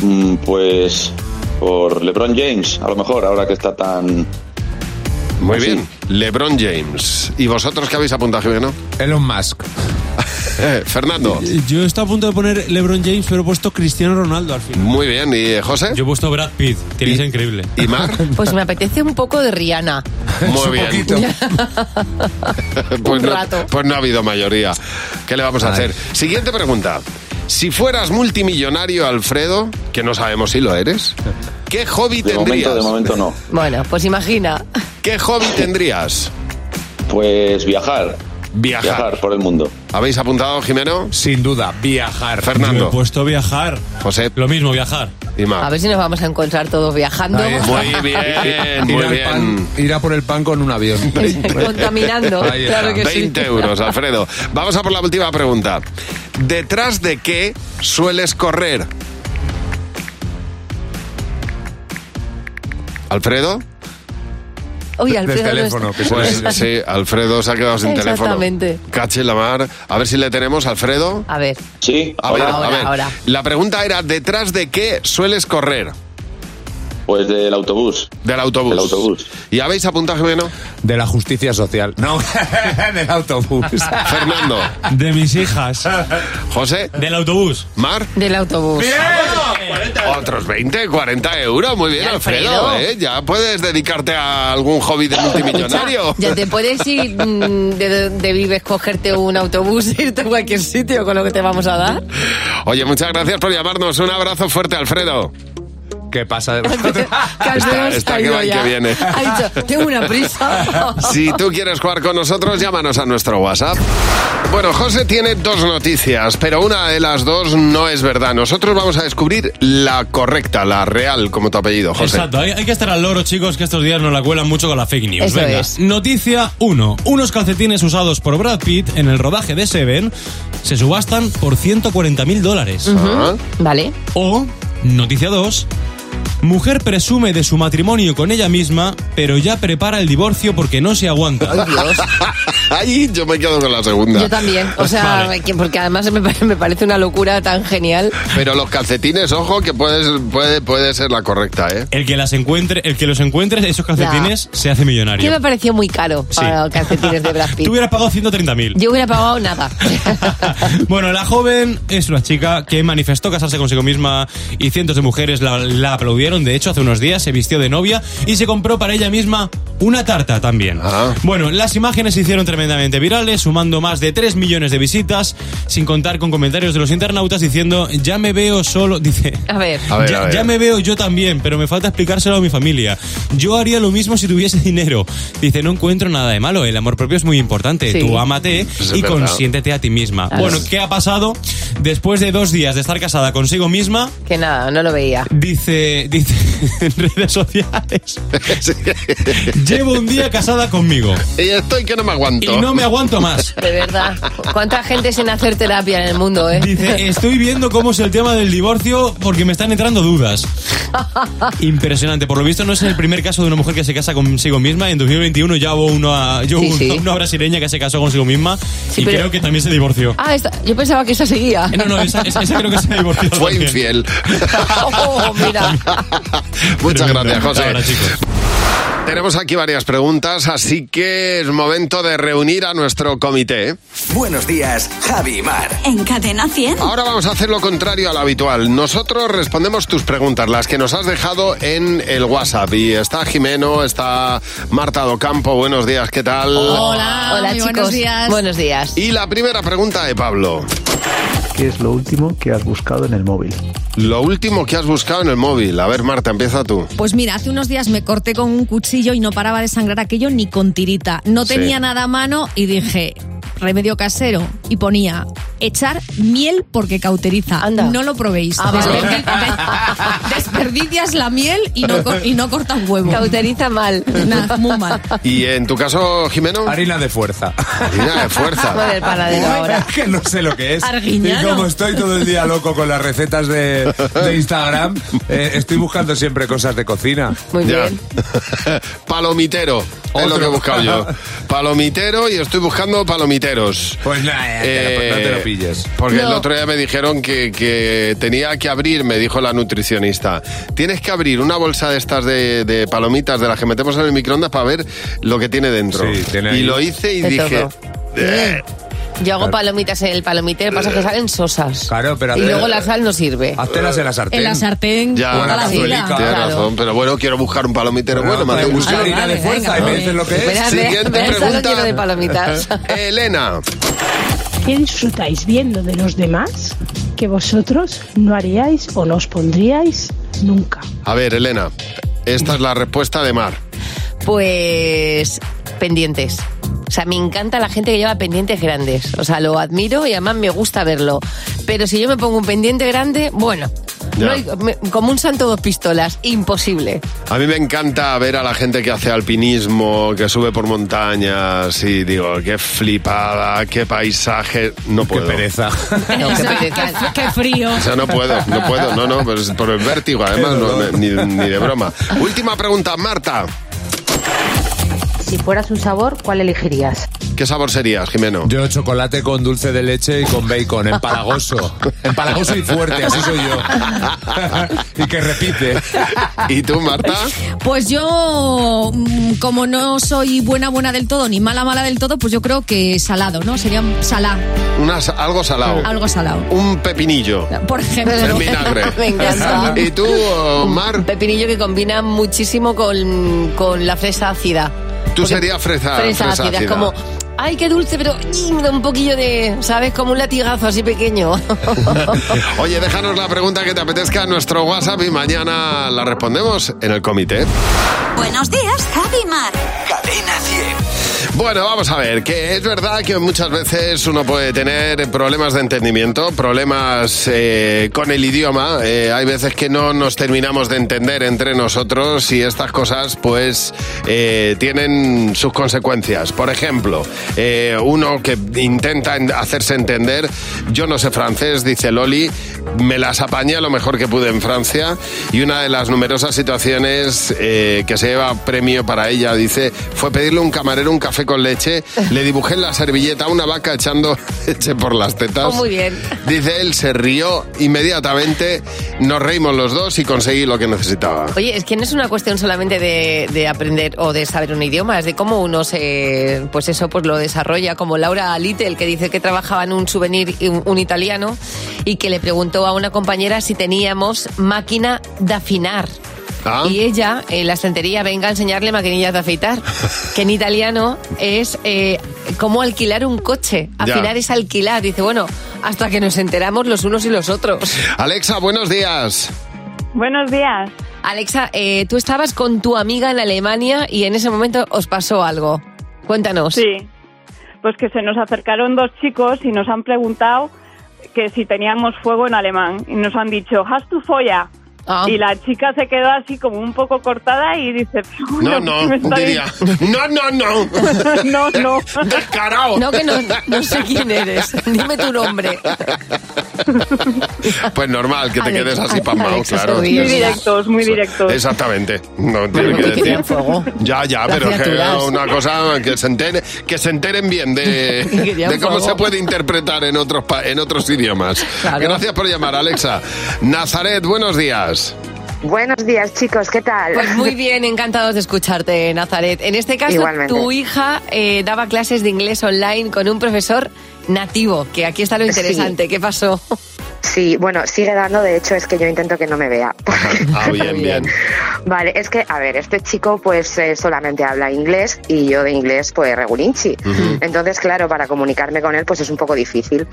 [SPEAKER 18] Mm, Pues por LeBron James, a lo mejor, ahora que está tan... Pues
[SPEAKER 2] Muy bien. LeBron James. ¿Y vosotros qué habéis apuntado, Jimeno? Elon Musk. Fernando.
[SPEAKER 4] Yo estaba a punto de poner LeBron James, pero he puesto Cristiano Ronaldo al final.
[SPEAKER 2] Muy bien. ¿Y eh, José?
[SPEAKER 4] Yo he puesto Brad Pitt. Tienes increíble.
[SPEAKER 2] ¿Y Mar?
[SPEAKER 3] Pues me apetece un poco de Rihanna.
[SPEAKER 2] Muy bien. pues,
[SPEAKER 3] Un
[SPEAKER 2] no,
[SPEAKER 3] rato.
[SPEAKER 2] pues no ha habido mayoría. ¿Qué le vamos a hacer? Siguiente pregunta. Si fueras multimillonario, Alfredo, que no sabemos si lo eres, ¿qué hobby
[SPEAKER 18] De
[SPEAKER 2] tendrías?
[SPEAKER 18] momento, de momento no.
[SPEAKER 3] Bueno, pues imagina.
[SPEAKER 2] ¿Qué hobby tendrías?
[SPEAKER 18] Pues viajar.
[SPEAKER 2] Viajar.
[SPEAKER 18] por el mundo.
[SPEAKER 2] ¿Habéis apuntado, Jimeno? Sin duda, viajar.
[SPEAKER 4] Yo he
[SPEAKER 2] Fernando.
[SPEAKER 4] puesto viajar.
[SPEAKER 2] José.
[SPEAKER 4] Lo mismo, viajar.
[SPEAKER 2] Y
[SPEAKER 3] A ver si nos vamos a encontrar todos viajando.
[SPEAKER 2] Muy bien, muy
[SPEAKER 19] ir, al
[SPEAKER 2] bien.
[SPEAKER 19] pan- ir a por el pan con un avión.
[SPEAKER 3] Contaminando,
[SPEAKER 19] Ahí está.
[SPEAKER 3] claro que sí.
[SPEAKER 2] 20 euros, Alfredo. Vamos a por la última pregunta. ¿Detrás de qué sueles correr? ¿Alfredo?
[SPEAKER 3] Uy, Alfredo. no está.
[SPEAKER 2] Pues sí, Alfredo se ha quedado sin teléfono.
[SPEAKER 3] Exactamente.
[SPEAKER 2] Cache la mar. A ver si le tenemos, Alfredo.
[SPEAKER 3] A ver.
[SPEAKER 18] Sí,
[SPEAKER 2] A ver,
[SPEAKER 18] ahora.
[SPEAKER 2] a ver. La pregunta era, ¿detrás de qué sueles correr?
[SPEAKER 18] Pues del autobús.
[SPEAKER 2] Del autobús.
[SPEAKER 18] Del autobús.
[SPEAKER 2] ¿Y habéis apuntado, Jimeno?
[SPEAKER 19] De la justicia social. No, del autobús.
[SPEAKER 2] Fernando.
[SPEAKER 4] De mis hijas.
[SPEAKER 2] José.
[SPEAKER 4] Del autobús.
[SPEAKER 2] Mar.
[SPEAKER 3] Del autobús.
[SPEAKER 2] Otros 20, 40 euros. Muy bien,
[SPEAKER 3] Ya,
[SPEAKER 2] Alfredo.
[SPEAKER 3] Alfredo.
[SPEAKER 2] ¿eh? Ya puedes dedicarte a algún hobby de multimillonario.
[SPEAKER 3] Ya, ya te puedes ir mm, de, de vives, cogerte un autobús e irte a cualquier sitio con lo que te vamos a dar.
[SPEAKER 2] Oye, muchas gracias por llamarnos. Un abrazo fuerte, Alfredo.
[SPEAKER 19] ¿Qué pasa?
[SPEAKER 2] está está que va y que viene.
[SPEAKER 3] Ha dicho, tengo una prisa.
[SPEAKER 2] Si tú quieres jugar con nosotros, llámanos a nuestro WhatsApp. Bueno, José tiene dos noticias, pero una de las dos no es verdad. Nosotros vamos a descubrir la correcta, la real, como tu apellido, José.
[SPEAKER 4] Exacto, hay, hay que estar al loro, chicos, que estos días nos la cuelan mucho con la fake news.
[SPEAKER 3] Eso
[SPEAKER 4] Venga.
[SPEAKER 3] es.
[SPEAKER 4] Noticia 1. Unos calcetines usados por Brad Pitt en el rodaje de Seven se subastan por 140.000 dólares.
[SPEAKER 3] Ujú, Vale.
[SPEAKER 4] O, noticia 2.
[SPEAKER 20] Mujer presume de su matrimonio con ella misma, pero ya prepara el divorcio porque no se aguanta.
[SPEAKER 2] Ahí yo me quedo con la segunda.
[SPEAKER 3] Yo también, o sea,
[SPEAKER 2] Vale.
[SPEAKER 3] que- porque además me, pare- me parece una locura tan genial.
[SPEAKER 2] Pero los calcetines, ojo, que puede, ser- puede, puede ser la correcta, ¿eh?
[SPEAKER 20] El que las encuentre, el que los encuentre, esos calcetines, se hace
[SPEAKER 3] Que
[SPEAKER 20] millonario.
[SPEAKER 3] me pareció muy caro
[SPEAKER 20] Sí.
[SPEAKER 3] para calcetines de Brad Pitt.
[SPEAKER 20] Tú hubieras pagado 130.000.
[SPEAKER 3] Yo hubiera pagado nada.
[SPEAKER 20] Bueno, la joven es una chica que manifestó casarse consigo misma y cientos de mujeres la, la aplaudieron. De hecho, hace unos días se vistió de novia y se compró para ella misma una tarta también. Bueno, las imágenes se hicieron tremendamente virales, sumando más de 3 millones de visitas, sin contar con comentarios de los internautas diciendo, ya me veo solo, dice...
[SPEAKER 3] A ver.
[SPEAKER 20] ya, ya me veo yo también, pero me falta explicárselo a mi familia. Yo haría lo mismo si tuviese dinero. Dice, no encuentro nada de malo, el amor propio es muy importante.
[SPEAKER 4] Sí.
[SPEAKER 20] Tú ámate
[SPEAKER 4] Pues es
[SPEAKER 20] y
[SPEAKER 4] verdad.
[SPEAKER 20] consiéntete a ti misma.
[SPEAKER 4] Claro.
[SPEAKER 20] Bueno, ¿qué ha pasado? Después de dos días de estar casada consigo misma,
[SPEAKER 3] Que nada, no lo veía.
[SPEAKER 20] dice, dice en redes sociales, llevo un día casada conmigo.
[SPEAKER 2] Y estoy que no me aguanto.
[SPEAKER 20] Y no me aguanto más.
[SPEAKER 3] De verdad. ¿Cuánta gente sin hacer terapia en el mundo, eh?
[SPEAKER 20] Dice, estoy viendo cómo es el tema del divorcio porque me están entrando dudas. Impresionante. Por lo visto no es el primer caso de una mujer que se casa consigo misma. En 2021 ya hubo una, yo
[SPEAKER 3] Sí,
[SPEAKER 20] hubo
[SPEAKER 3] sí.
[SPEAKER 20] una brasileña que se casó consigo misma y
[SPEAKER 3] pero-
[SPEAKER 20] creo que también se divorció. Eh,
[SPEAKER 3] Ah, esta- yo pensaba que esa seguía.
[SPEAKER 20] No, no, esa, esa- esa creo que se divorció.
[SPEAKER 2] Fue infiel.
[SPEAKER 3] Oh, mira.
[SPEAKER 2] Muchas gracias, José.
[SPEAKER 20] Ahora, chicos.
[SPEAKER 2] Tenemos aquí varias preguntas, así que es momento de reunir a nuestro comité. ¿eh?
[SPEAKER 5] Buenos días, Javi y Mar.
[SPEAKER 1] En Cadena 100.
[SPEAKER 2] Ahora vamos a hacer lo contrario a lo habitual. Nosotros respondemos tus preguntas, las que nos has dejado en el WhatsApp. Y está Jimeno, está Marta Docampo. Buenos días, ¿qué tal?
[SPEAKER 3] Hola,
[SPEAKER 21] muy
[SPEAKER 3] chicos.
[SPEAKER 21] buenos días.
[SPEAKER 3] Buenos días.
[SPEAKER 2] Y la primera pregunta de Pablo.
[SPEAKER 22] ¿Qué es lo último que has buscado en el móvil?
[SPEAKER 2] Lo último que has buscado en el móvil. A ver, Marta, empieza tú.
[SPEAKER 21] Pues mira, hace unos días me corté con un cuchillo y no paraba de sangrar aquello ni con tirita. No
[SPEAKER 2] Sí.
[SPEAKER 21] tenía nada a mano y dije, remedio casero. Y ponía, echar miel porque cauteriza. No lo probéis.
[SPEAKER 3] Ah,
[SPEAKER 21] Desperdi- de- Desperdicias la miel y no, co- y no cortas huevo.
[SPEAKER 3] Cauteriza mal.
[SPEAKER 21] Nada, muy mal.
[SPEAKER 2] ¿Y en tu caso, Jimeno?
[SPEAKER 19] Harina de fuerza.
[SPEAKER 2] Harina de fuerza.
[SPEAKER 3] Lo del panadero ahora.
[SPEAKER 19] Es que no sé lo que es.
[SPEAKER 21] Arguiñano.
[SPEAKER 19] Y como estoy todo el día loco con las recetas de, de Instagram, eh, estoy buscando siempre cosas de cocina.
[SPEAKER 3] Muy
[SPEAKER 2] Ya. Palomitero. Es lo que he buscado yo. Palomitero y estoy buscando palomiteros.
[SPEAKER 19] Pues nada, eh, te lo- no te lo pilles.
[SPEAKER 2] Porque el
[SPEAKER 19] No.
[SPEAKER 2] otro día me dijeron que, que tenía que abrir, me dijo la nutricionista, tienes que abrir una bolsa de estas de, de palomitas de las que metemos en el microondas para ver lo que tiene dentro.
[SPEAKER 19] Sí, tiene
[SPEAKER 2] y
[SPEAKER 19] ahí-
[SPEAKER 2] lo hice y
[SPEAKER 3] De
[SPEAKER 2] dije... "Eh,
[SPEAKER 3] todo. Yo hago palomitas en el palomitero, pasa que salen sosas.
[SPEAKER 19] Claro, pero
[SPEAKER 3] Y
[SPEAKER 19] hazte-
[SPEAKER 3] luego la sal no sirve.
[SPEAKER 19] Haztelas en la sartén.
[SPEAKER 21] En la sartén,
[SPEAKER 2] Ya,
[SPEAKER 21] toda la
[SPEAKER 2] sí,
[SPEAKER 21] vida.
[SPEAKER 2] tienes razón, pero bueno, quiero buscar un palomitero bueno, me hace
[SPEAKER 19] pues
[SPEAKER 2] buscar
[SPEAKER 19] harina de fuerza
[SPEAKER 2] venga,
[SPEAKER 19] y me
[SPEAKER 2] vale.
[SPEAKER 19] dices lo que es.
[SPEAKER 3] Espérate,
[SPEAKER 2] Siguiente
[SPEAKER 3] espérate, solo
[SPEAKER 2] pregunta.
[SPEAKER 3] quiero de palomitas.
[SPEAKER 2] Elena.
[SPEAKER 23] ¿Qué disfrutáis viendo de los demás que vosotros no haríais o no os pondríais nunca?
[SPEAKER 2] A ver, Elena, esta es la respuesta de Mar.
[SPEAKER 3] Pues pendientes. O sea, me encanta la gente que lleva pendientes grandes. O sea, lo admiro y además me gusta verlo. Pero si yo me pongo un pendiente grande, bueno,
[SPEAKER 2] Ya.
[SPEAKER 3] no hay- me- como un santo dos pistolas, imposible.
[SPEAKER 2] A mí me encanta ver a la gente que hace alpinismo, que sube por montañas y digo, qué flipada, qué paisaje. No puedo. Qué pereza.
[SPEAKER 21] O sea, qué- qué frío.
[SPEAKER 2] O sea, no puedo, no puedo, no, no, pues por el vértigo, además, no, no, ni, ni de broma. Última pregunta, Marta.
[SPEAKER 13] Si fueras un sabor, ¿cuál elegirías?
[SPEAKER 2] ¿Qué sabor serías, Jimeno?
[SPEAKER 19] Yo chocolate con dulce de leche y con bacon, empalagoso. Empalagoso y fuerte, así soy yo. y que repite.
[SPEAKER 2] ¿Y tú, Marta?
[SPEAKER 21] Pues yo, mm, como no soy buena, buena del todo, ni mala, mala del todo, pues yo creo que salado, ¿no? Sería un salá,
[SPEAKER 2] Una sa- algo salado.
[SPEAKER 21] algo salado.
[SPEAKER 2] Un pepinillo.
[SPEAKER 21] Por ejemplo.
[SPEAKER 2] Oh. En vinagre.
[SPEAKER 3] Me encanta.
[SPEAKER 2] ¿Y tú, um, Mar?
[SPEAKER 3] Un pepinillo que combina muchísimo con, con la fresa ácida.
[SPEAKER 2] Tú serías fresa-
[SPEAKER 3] Fresa,
[SPEAKER 2] fresa
[SPEAKER 3] ácida. Es
[SPEAKER 2] ácida.
[SPEAKER 3] como, ay, qué dulce, pero mm, da un poquillo de, ¿sabes? Como un latigazo así pequeño.
[SPEAKER 2] Oye, déjanos la pregunta que te apetezca en nuestro WhatsApp y mañana la respondemos en el comité.
[SPEAKER 1] Buenos días, Javi y Mar.
[SPEAKER 2] Bueno, vamos a ver, que es verdad que muchas veces uno puede tener problemas de entendimiento, problemas eh, con el idioma. Eh, hay veces que no nos terminamos de entender entre nosotros y estas cosas pues eh, tienen sus consecuencias. Por ejemplo, eh, uno que intenta en- hacerse entender, yo no sé francés, dice Loli, me las apañé a lo mejor que pude en Francia y una de las numerosas situaciones eh, que se lleva premio para ella, dice, fue pedirle a un camarero un café con leche, le dibujé en la servilleta una vaca echando leche por las tetas.
[SPEAKER 3] Oh, muy bien.
[SPEAKER 2] Dice, él se rió inmediatamente, nos reímos los dos y conseguí lo que necesitaba.
[SPEAKER 3] Oye, es que no es una cuestión solamente de, de aprender o de saber un idioma, es de cómo uno se, pues eso, pues lo desarrolla, como Laura Little, que dice que trabajaba en un souvenir y un, un italiano y que le preguntó a una compañera si teníamos máquina de afinar.
[SPEAKER 9] Ah.
[SPEAKER 2] Ah.
[SPEAKER 3] Y ella, en la estantería, venga a enseñarle maquinillas de afeitar, que en italiano es eh, como alquilar un coche.
[SPEAKER 2] Ya.
[SPEAKER 3] Afinar es alquilar. Dice, bueno, hasta que nos enteramos los unos y los otros.
[SPEAKER 2] Alexa, buenos días.
[SPEAKER 3] Buenos días. Alexa, eh, tú estabas con tu amiga en Alemania y en ese momento os pasó algo. Cuéntanos.
[SPEAKER 12] Sí. Pues que se nos acercaron dos chicos y nos han preguntado que si teníamos fuego en alemán. Y nos han dicho, ¿has tu folla?
[SPEAKER 3] Ah.
[SPEAKER 12] Y la chica se quedó así como un poco cortada y dice,
[SPEAKER 2] No,
[SPEAKER 12] "Bueno, ¿qué me está
[SPEAKER 2] no, diría. No, no, no.
[SPEAKER 12] no, no.
[SPEAKER 2] Descarado.
[SPEAKER 3] No, que no, no sé quién eres. Dime tu nombre.
[SPEAKER 2] Pues normal que te
[SPEAKER 3] Alex-
[SPEAKER 2] quedes así pasmado,
[SPEAKER 3] Alexa
[SPEAKER 2] claro.
[SPEAKER 3] Sodillo. Muy directos,
[SPEAKER 12] muy directos.
[SPEAKER 2] Exactamente. No tiene
[SPEAKER 3] Bueno,
[SPEAKER 2] que
[SPEAKER 3] que
[SPEAKER 2] decir.
[SPEAKER 3] tenían fuego.
[SPEAKER 2] Ya, ya,
[SPEAKER 3] Lo
[SPEAKER 2] pero es
[SPEAKER 3] hacía
[SPEAKER 2] que
[SPEAKER 3] tú,
[SPEAKER 2] era
[SPEAKER 3] Gas.
[SPEAKER 2] una cosa que se enteren, que se enteren bien de,
[SPEAKER 3] Y querían
[SPEAKER 2] de cómo
[SPEAKER 3] fuego.
[SPEAKER 2] se puede interpretar en otros pa- en otros idiomas. Gracias por llamar, Alexa. Nazaret, buenos días.
[SPEAKER 3] Buenos días, chicos, ¿qué tal? Pues muy bien, encantados de escucharte, Nazaret. En este caso,
[SPEAKER 6] Igualmente.
[SPEAKER 3] tu hija eh, daba clases de inglés online con un profesor nativo, que aquí está lo interesante. ¿Qué pasó?
[SPEAKER 6] Sí, bueno, sigue dando, de hecho es que yo intento que no me vea.
[SPEAKER 2] Ah, bien, bien.
[SPEAKER 6] vale, es que, a ver, este chico pues eh, solamente habla inglés y yo de inglés pues regulinchi. Entonces, claro, para comunicarme con él pues es un poco difícil.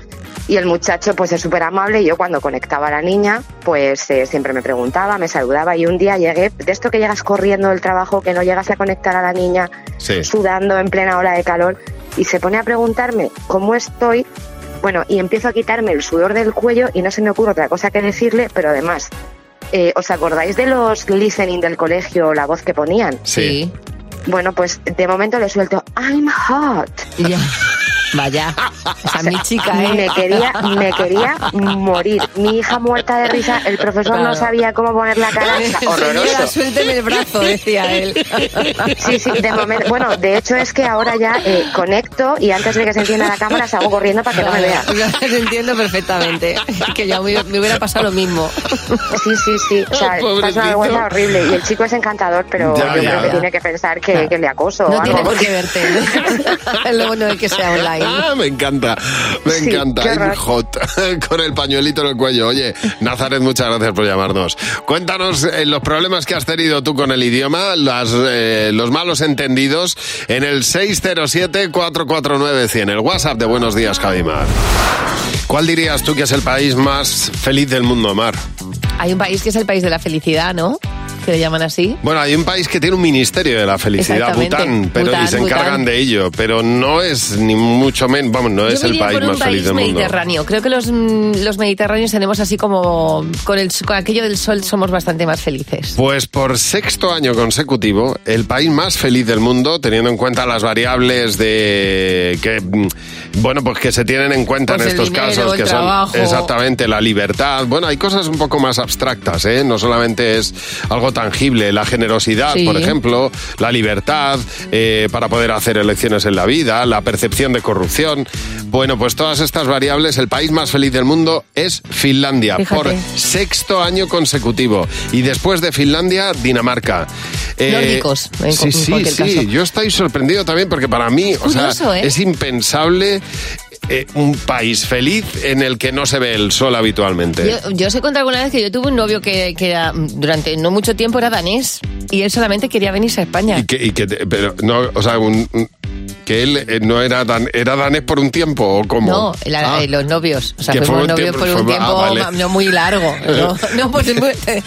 [SPEAKER 6] Y el muchacho pues es súper amable y yo cuando conectaba a la niña pues eh, siempre me preguntaba, me saludaba y un día llegué, de esto que llegas corriendo del trabajo, que no llegas a conectar a la niña,
[SPEAKER 24] Sí.
[SPEAKER 6] sudando en plena hora de calor y se pone a preguntarme cómo estoy. Bueno, y empiezo a quitarme el sudor del cuello y no se me ocurre otra cosa que decirle, pero además, eh, ¿os acordáis de los listening del colegio, la voz que ponían?
[SPEAKER 3] Sí.
[SPEAKER 6] Bueno, pues de momento le suelto, I'm hot.
[SPEAKER 3] Vaya, a mi chica, ¿eh?
[SPEAKER 6] Me quería, me quería morir. Mi hija muerta de risa, el profesor
[SPEAKER 3] Claro.
[SPEAKER 6] no sabía cómo poner la cara.
[SPEAKER 3] Señora,
[SPEAKER 6] Horroroso.
[SPEAKER 3] suélteme el brazo, decía ¿eh? él.
[SPEAKER 6] Sí, sí, de momento. Bueno, de hecho es que ahora ya eh, conecto y antes de que se encienda la cámara salgo corriendo para que no me vea.
[SPEAKER 3] Te entiendo perfectamente. Que ya me, me hubiera pasado lo mismo.
[SPEAKER 6] Sí, sí, sí. O sea, es
[SPEAKER 3] Pobrecito.
[SPEAKER 6] una vergüenza horrible. Y el chico es encantador, pero
[SPEAKER 3] Ya,
[SPEAKER 6] yo
[SPEAKER 3] ya.
[SPEAKER 6] creo que tiene que pensar que, que le acoso.
[SPEAKER 3] No
[SPEAKER 6] o
[SPEAKER 3] tiene
[SPEAKER 6] algo.
[SPEAKER 3] por qué verte. Es lo bueno de que sea online.
[SPEAKER 2] Ah, me encanta, me
[SPEAKER 6] Sí,
[SPEAKER 2] encanta.
[SPEAKER 6] qué
[SPEAKER 2] I'm
[SPEAKER 6] raro.
[SPEAKER 2] hot, con el pañuelito en el cuello. Oye, Nazaret, muchas gracias por llamarnos. Cuéntanos eh, los problemas que has tenido tú con el idioma, las, eh, los malos entendidos, en el 607-449-100, el WhatsApp de Buenos Días, Javimar. ¿Cuál dirías tú que es el país más feliz del mundo, Mar?
[SPEAKER 3] Hay un país que es el país de la felicidad, ¿no? Que lo llaman así.
[SPEAKER 2] Bueno, hay un país que tiene un ministerio de la felicidad,
[SPEAKER 3] Exactamente.
[SPEAKER 2] Bután, pero
[SPEAKER 3] Bután,
[SPEAKER 2] y se encargan
[SPEAKER 3] Bután.
[SPEAKER 2] de ello, pero no es ni mucho menos, vamos, no
[SPEAKER 3] Yo
[SPEAKER 2] es
[SPEAKER 3] me
[SPEAKER 2] el
[SPEAKER 3] iría
[SPEAKER 2] país
[SPEAKER 3] por un
[SPEAKER 2] más
[SPEAKER 3] país
[SPEAKER 2] feliz del mundo.
[SPEAKER 3] mediterráneo. Creo que los, mm, los mediterráneos tenemos así como con, el, con aquello del sol somos bastante más felices.
[SPEAKER 2] Pues por sexto año consecutivo, el país más feliz del mundo, teniendo en cuenta las variables de que mm, bueno, pues que se tienen en cuenta
[SPEAKER 3] Pues
[SPEAKER 2] en
[SPEAKER 3] el
[SPEAKER 2] estos
[SPEAKER 3] dinero,
[SPEAKER 2] casos,
[SPEAKER 3] el
[SPEAKER 2] que
[SPEAKER 3] trabajo.
[SPEAKER 2] son exactamente la libertad. Bueno, hay cosas un poco más abstractas, ¿eh? No solamente es algo tangible, la generosidad,
[SPEAKER 6] Sí.
[SPEAKER 2] por ejemplo, la libertad eh, para poder hacer elecciones en la vida, la percepción de corrupción. Bueno, pues todas estas variables, el país más feliz del mundo es Finlandia.
[SPEAKER 3] Fíjate.
[SPEAKER 2] Por sexto año consecutivo. Y después de Finlandia, Dinamarca.
[SPEAKER 3] Nórdicos, en
[SPEAKER 2] sí,
[SPEAKER 3] cu- en
[SPEAKER 2] sí,
[SPEAKER 3] cualquier
[SPEAKER 2] sí.
[SPEAKER 3] caso.
[SPEAKER 2] Yo estoy sorprendido también porque para mí, o sea,
[SPEAKER 3] Curioso, ¿eh?
[SPEAKER 2] es impensable eh, un país feliz en el que no se ve el sol habitualmente.
[SPEAKER 3] Yo, yo os he contado alguna vez que yo tuve un novio que, que era, mm, durante no mucho tiempo era danés y él solamente quería venirse a España.
[SPEAKER 2] Y que, y que te- pero no, o sea, un- un- que él eh, no era dan, era danés por un tiempo o cómo.
[SPEAKER 3] No, la-
[SPEAKER 2] Ah.
[SPEAKER 3] eh, los novios. O sea,
[SPEAKER 2] Que fue
[SPEAKER 3] fuimos
[SPEAKER 2] un
[SPEAKER 3] novios
[SPEAKER 2] tiempo-
[SPEAKER 3] por un
[SPEAKER 2] fue- ah,
[SPEAKER 3] tiempo
[SPEAKER 2] vale.
[SPEAKER 3] ma- no muy largo. No, No, por, eh,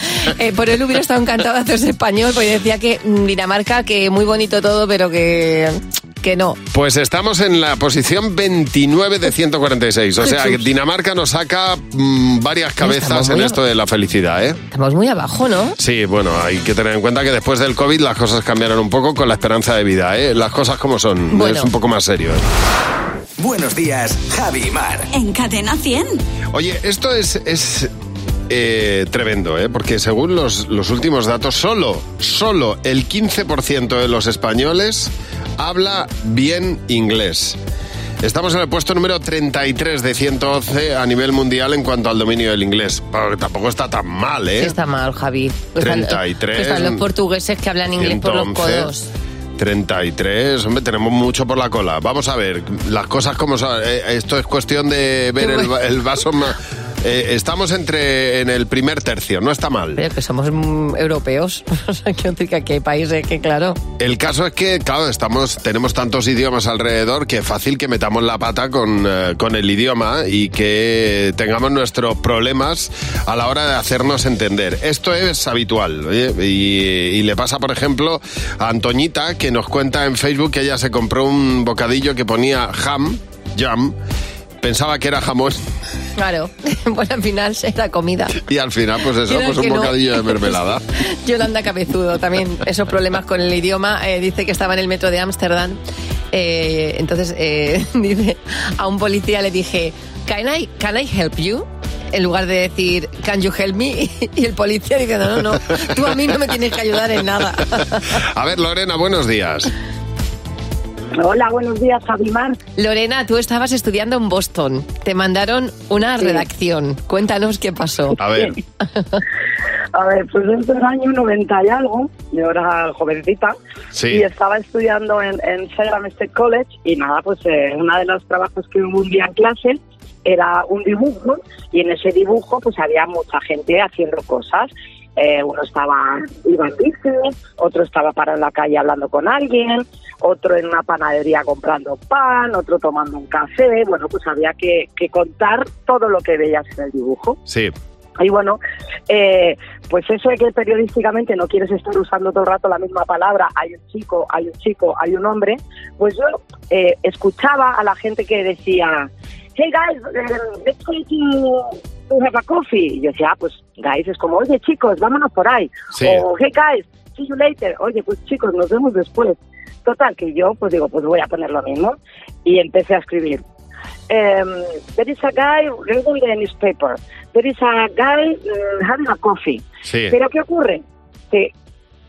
[SPEAKER 3] por él hubiera estado encantado de hacerse español, porque decía que mm, Dinamarca, que muy bonito todo, pero que, que no.
[SPEAKER 2] Pues estamos en la posición 29 de 146. O sea, que Dinamarca nos saca mm, varias cabezas en
[SPEAKER 3] muy-
[SPEAKER 2] esto de la felicidad, ¿eh?
[SPEAKER 3] Estamos muy abajo, ¿no?
[SPEAKER 2] Sí, bueno, hay que tener en cuenta que después del COVID las cosas cambiaron un poco con la esperanza de vida, ¿eh? Las cosas como son,
[SPEAKER 3] Bueno.
[SPEAKER 2] es un poco más serio.
[SPEAKER 5] Buenos días, Javi y Mar.
[SPEAKER 1] En Cadena 100.
[SPEAKER 2] Oye, esto es, es eh, tremendo, ¿eh? porque según los, los últimos datos, solo, solo el 15% de los españoles habla bien inglés. Estamos en el puesto número 33 de 111 a nivel mundial en cuanto al dominio del inglés. Pero tampoco está tan mal, ¿eh?
[SPEAKER 3] Sí Está mal, Javi. Están-
[SPEAKER 2] 33.
[SPEAKER 3] Están los portugueses que hablan inglés por los
[SPEAKER 2] 111.
[SPEAKER 3] codos.
[SPEAKER 2] 33, hombre, tenemos mucho por la cola. Vamos a ver, las cosas como son. Eh, Esto es cuestión de ver el, va- el vaso más. eh, estamos entre en el primer tercio, no está mal.
[SPEAKER 3] Pero que somos mm, europeos. O sea, que otra- que aquí hay países que, claro.
[SPEAKER 2] El caso es que, claro, estamos, tenemos tantos idiomas alrededor que es fácil que metamos la pata con, eh, con el idioma y que tengamos nuestros problemas a la hora de hacernos entender. Esto es habitual ¿eh? y, y le pasa, por ejemplo, a Antoñita que nos cuenta en Facebook que ella se compró un bocadillo que ponía ham, jam, pensaba que era jamón
[SPEAKER 3] Claro. Bueno, al final será comida.
[SPEAKER 2] y al final, pues eso,
[SPEAKER 3] Quieras
[SPEAKER 2] pues un
[SPEAKER 3] que no.
[SPEAKER 2] bocadillo de mermelada.
[SPEAKER 3] Yolanda Cabezudo también, esos problemas con el idioma, eh, dice que estaba en el metro de Ámsterdam. Eh, entonces eh, dice, a un policía le dije, can I, can I help you? En lugar de decir, can you help me? Y el policía dice, no, no, no, tú a mí no me tienes que ayudar en nada.
[SPEAKER 2] A ver, Lorena, buenos días.
[SPEAKER 3] Hola, buenos días, Javimar. Lorena, tú estabas estudiando en Boston. Te mandaron una redacción. Cuéntanos qué pasó.
[SPEAKER 2] A ver.
[SPEAKER 8] A ver, pues esto es el año 90 y algo, yo era jovencita,
[SPEAKER 2] Sí.
[SPEAKER 8] y estaba estudiando en, en Salem State College, y nada, pues eh, uno de los trabajos que hubo un día en clase era un dibujo, y en ese dibujo pues había mucha gente haciendo cosas. Eh, uno estaba, iba en bici, otro estaba parado en la calle hablando con alguien, otro en una panadería comprando pan, otro tomando un café, bueno, pues había que, que contar todo lo que veías en el dibujo.
[SPEAKER 2] Sí.
[SPEAKER 8] Y bueno, eh, pues eso de que periodísticamente no quieres estar usando todo el rato la misma palabra, hay un chico, hay un chico, hay un hombre, pues yo eh, escuchaba a la gente que decía, hey guys, eh, let's go to, to have a coffee. Y yo decía, ah, pues guys, es como, oye chicos, vámonos por ahí.
[SPEAKER 10] Sí.
[SPEAKER 8] O hey guys, see you later. Oye, pues chicos, nos vemos después. Total, que yo pues digo, pues voy a poner lo mismo. Y empecé a escribir um, there is a guy reading the newspaper. There is a guy mm, having a coffee.
[SPEAKER 2] Sí.
[SPEAKER 8] Pero ¿qué ocurre? Que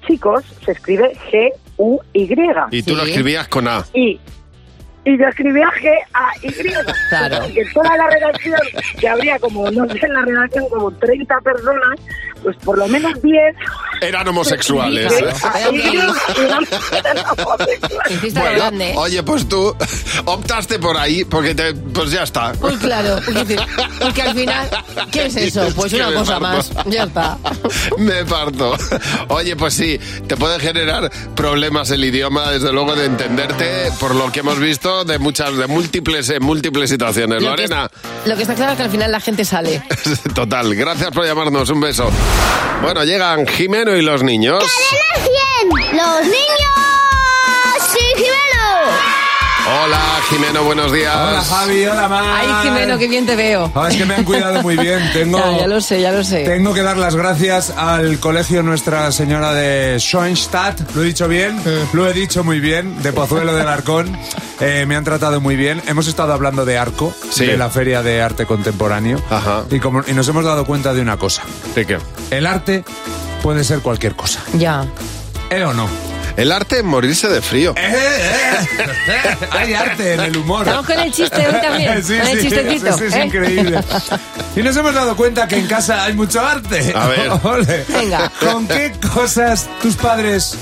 [SPEAKER 8] chicos se escribe G-U-Y.
[SPEAKER 2] Y tú lo escribías con A.
[SPEAKER 8] Y, y yo escribía G-A-Y.
[SPEAKER 2] Claro.
[SPEAKER 8] Que toda la redacción, que habría como, no sé, en la redacción como 30 personas, pues por lo menos 10.
[SPEAKER 2] Eran homosexuales. ¿eh?
[SPEAKER 8] Y-
[SPEAKER 3] Hiciste lo
[SPEAKER 2] Bueno,
[SPEAKER 3] grande. ¿eh?
[SPEAKER 2] oye, pues tú optaste por ahí porque te, pues ya está.
[SPEAKER 3] Pues claro, porque, porque al final, ¿qué es eso? Pues
[SPEAKER 2] Es que
[SPEAKER 3] una
[SPEAKER 2] me
[SPEAKER 3] cosa más.
[SPEAKER 2] parto.
[SPEAKER 3] Ya está.
[SPEAKER 2] Me parto. Oye, pues sí, te puede generar problemas el idioma, desde luego, de entenderte, por lo que hemos visto, de muchas, de múltiples, en múltiples situaciones.
[SPEAKER 3] Lo que es-
[SPEAKER 2] Lorena,
[SPEAKER 3] Lo que está claro es que al final la gente sale.
[SPEAKER 2] total, gracias por llamarnos, un beso. Bueno, llegan Jimeno y los niños.
[SPEAKER 11] ¡Los niños! ¡Sí,
[SPEAKER 2] Hola, Jimeno, buenos días.
[SPEAKER 19] Hola, Javi, hola, Mar.
[SPEAKER 3] Ay, Jimeno, qué bien te veo.
[SPEAKER 19] Ah, es que me han cuidado muy bien. Tengo,
[SPEAKER 3] Ya, ya lo sé, ya lo sé.
[SPEAKER 19] tengo que dar las gracias al colegio Nuestra Señora de Schoenstatt. Lo he dicho bien, lo he dicho muy bien, de Pozuelo del Arcón. Eh, me han tratado muy bien. Hemos estado hablando de Arco, de la Feria de Arte Contemporáneo. Y, como, y nos hemos dado cuenta de una cosa.
[SPEAKER 2] ¿De qué?
[SPEAKER 19] El arte puede ser cualquier cosa.
[SPEAKER 3] Ya.
[SPEAKER 19] ¿Eh o no? Eh,
[SPEAKER 2] El arte es morirse de frío.
[SPEAKER 19] Hay arte en el humor.
[SPEAKER 3] Estamos con el chiste hoy también,
[SPEAKER 19] Sí,
[SPEAKER 3] con el
[SPEAKER 19] sí,
[SPEAKER 3] chistecito,
[SPEAKER 19] sí, sí, es
[SPEAKER 3] ¿eh?
[SPEAKER 19] increíble. Y nos hemos dado cuenta que en casa hay mucho arte.
[SPEAKER 2] A ver.
[SPEAKER 19] Ole.
[SPEAKER 11] Venga.
[SPEAKER 19] ¿Con qué cosas tus padres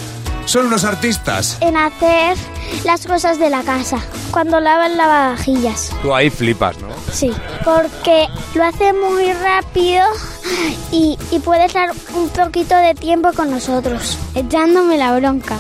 [SPEAKER 19] son unos artistas?
[SPEAKER 11] En hacer las cosas de la casa, cuando lavan lavavajillas.
[SPEAKER 19] Tú ahí flipas, ¿no?
[SPEAKER 11] Sí, porque lo hace muy rápido y, y puede estar un poquito de tiempo con nosotros, echándome la bronca.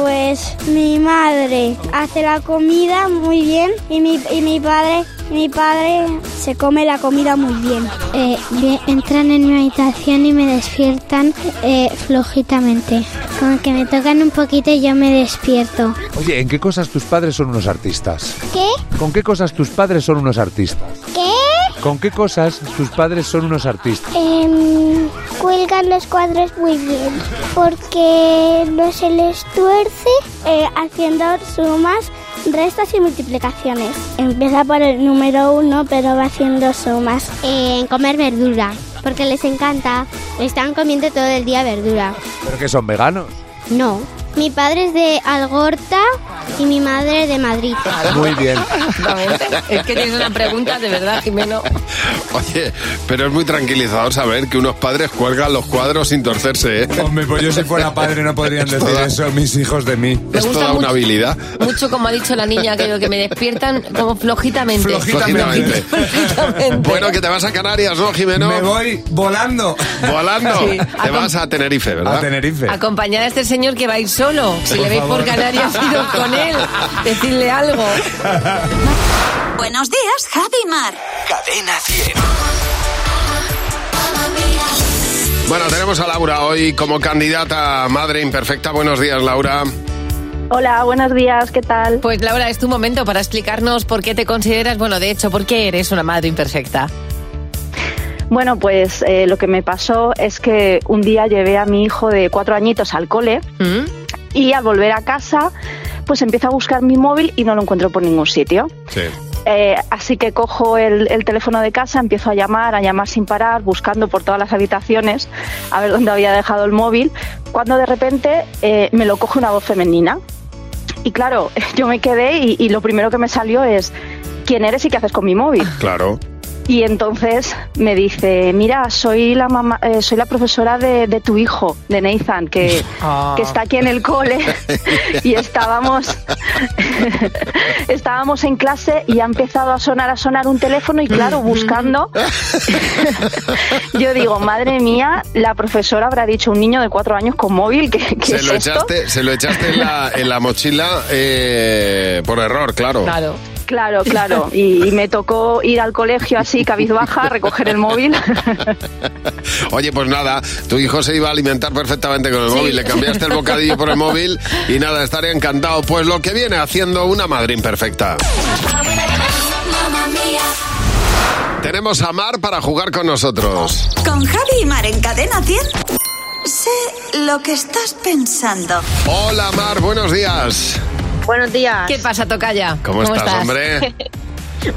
[SPEAKER 11] Pues mi madre hace la comida muy bien y mi, y mi padre mi padre se come la comida muy Eh, bien. entran en mi habitación y me despiertan eh, flojitamente. Como que me tocan un poquito y yo me despierto.
[SPEAKER 19] Oye, ¿en qué cosas tus padres son unos artistas?
[SPEAKER 11] ¿Qué?
[SPEAKER 19] ¿Con qué cosas tus padres son unos artistas?
[SPEAKER 11] ¿Qué?
[SPEAKER 19] ¿Con qué cosas tus padres son unos artistas?
[SPEAKER 11] Em, cuelgan los cuadros muy bien porque no se les tuerce eh, haciendo sumas Restas y multiplicaciones. Empieza por el número uno, pero va haciendo sumas. En comer verdura, porque les encanta. Están comiendo todo el día verdura.
[SPEAKER 10] Pero que son veganos.
[SPEAKER 11] No. Mi padre es de Algorta y mi madre de Madrid.
[SPEAKER 10] Muy bien.
[SPEAKER 3] Vamos, es que tienes una pregunta de verdad, Jimeno.
[SPEAKER 2] Oye, pero es muy tranquilizador saber que unos padres cuelgan los cuadros sin torcerse, ¿eh?
[SPEAKER 19] Hombre, pues yo si fuera padre no podrían
[SPEAKER 2] Es
[SPEAKER 19] decir
[SPEAKER 2] toda-
[SPEAKER 19] eso mis hijos de mí.
[SPEAKER 3] Me
[SPEAKER 2] Es
[SPEAKER 3] gusta
[SPEAKER 2] toda una
[SPEAKER 3] mucho.
[SPEAKER 2] habilidad.
[SPEAKER 3] Mucho como ha dicho la niña, que, que me despiertan como flojitamente.
[SPEAKER 2] Lógicamente. Bueno, que te vas a Canarias, ¿no, Jimeno?
[SPEAKER 19] Me voy volando.
[SPEAKER 2] Volando.
[SPEAKER 3] Sí.
[SPEAKER 2] Te vas a Tenerife, ¿verdad?
[SPEAKER 19] A Tenerife.
[SPEAKER 3] Acompañar a este señor que va a ir solo. Si
[SPEAKER 2] Por
[SPEAKER 3] le veis por
[SPEAKER 2] favor.
[SPEAKER 3] Canarias, iros con él. Decirle algo.
[SPEAKER 1] Buenos días, Javi Mar. Cadena 100.
[SPEAKER 2] Bueno, tenemos a Laura hoy como candidata a Madre Imperfecta. Buenos días, Laura.
[SPEAKER 3] Hola, buenos días, ¿qué tal? Pues Laura, es tu momento para explicarnos por qué te consideras, bueno, de hecho, por qué eres una madre imperfecta.
[SPEAKER 12] Bueno, pues eh, lo que me pasó es que un día llevé a mi hijo de cuatro añitos al cole y al volver a casa, pues empiezo a buscar mi móvil y no lo encuentro por ningún sitio. Eh, así que cojo el, el teléfono de casa, empiezo a llamar, a llamar sin parar, buscando por todas las habitaciones a ver dónde había dejado el móvil, cuando de repente eh, me lo coge una voz femenina. Y claro, yo me quedé y, y lo primero que me salió es, ¿quién eres y qué haces con mi móvil?
[SPEAKER 2] Claro.
[SPEAKER 12] Y entonces me dice, mira, soy la mamá, eh, soy la profesora de, de tu hijo, de Nathan, que,
[SPEAKER 14] Ah.
[SPEAKER 12] que está aquí en el cole y estábamos estábamos en clase y ha empezado a sonar a sonar un teléfono y claro, buscando yo digo, madre mía, la profesora habrá dicho un niño de cuatro años con móvil que, que
[SPEAKER 2] Se
[SPEAKER 12] es
[SPEAKER 2] lo,
[SPEAKER 12] esto?".
[SPEAKER 2] echaste, se lo echaste en la, en la mochila eh, por error, claro.
[SPEAKER 12] Claro, claro. Y, y me tocó ir al colegio así, cabizbaja, recoger el móvil.
[SPEAKER 2] Oye, pues nada, tu hijo se iba a alimentar perfectamente con el
[SPEAKER 12] Sí.
[SPEAKER 2] móvil, le cambiaste el bocadillo por el móvil y nada, estaría encantado. Pues lo que viene haciendo una madre imperfecta. Tenemos a Mar para jugar con nosotros.
[SPEAKER 1] Con Javi Mar en Cadena 100. Sé lo que estás pensando.
[SPEAKER 2] Hola Mar, buenos días.
[SPEAKER 14] Buenos días.
[SPEAKER 3] ¿Qué pasa, Tocaya?
[SPEAKER 2] ¿Cómo estás, hombre?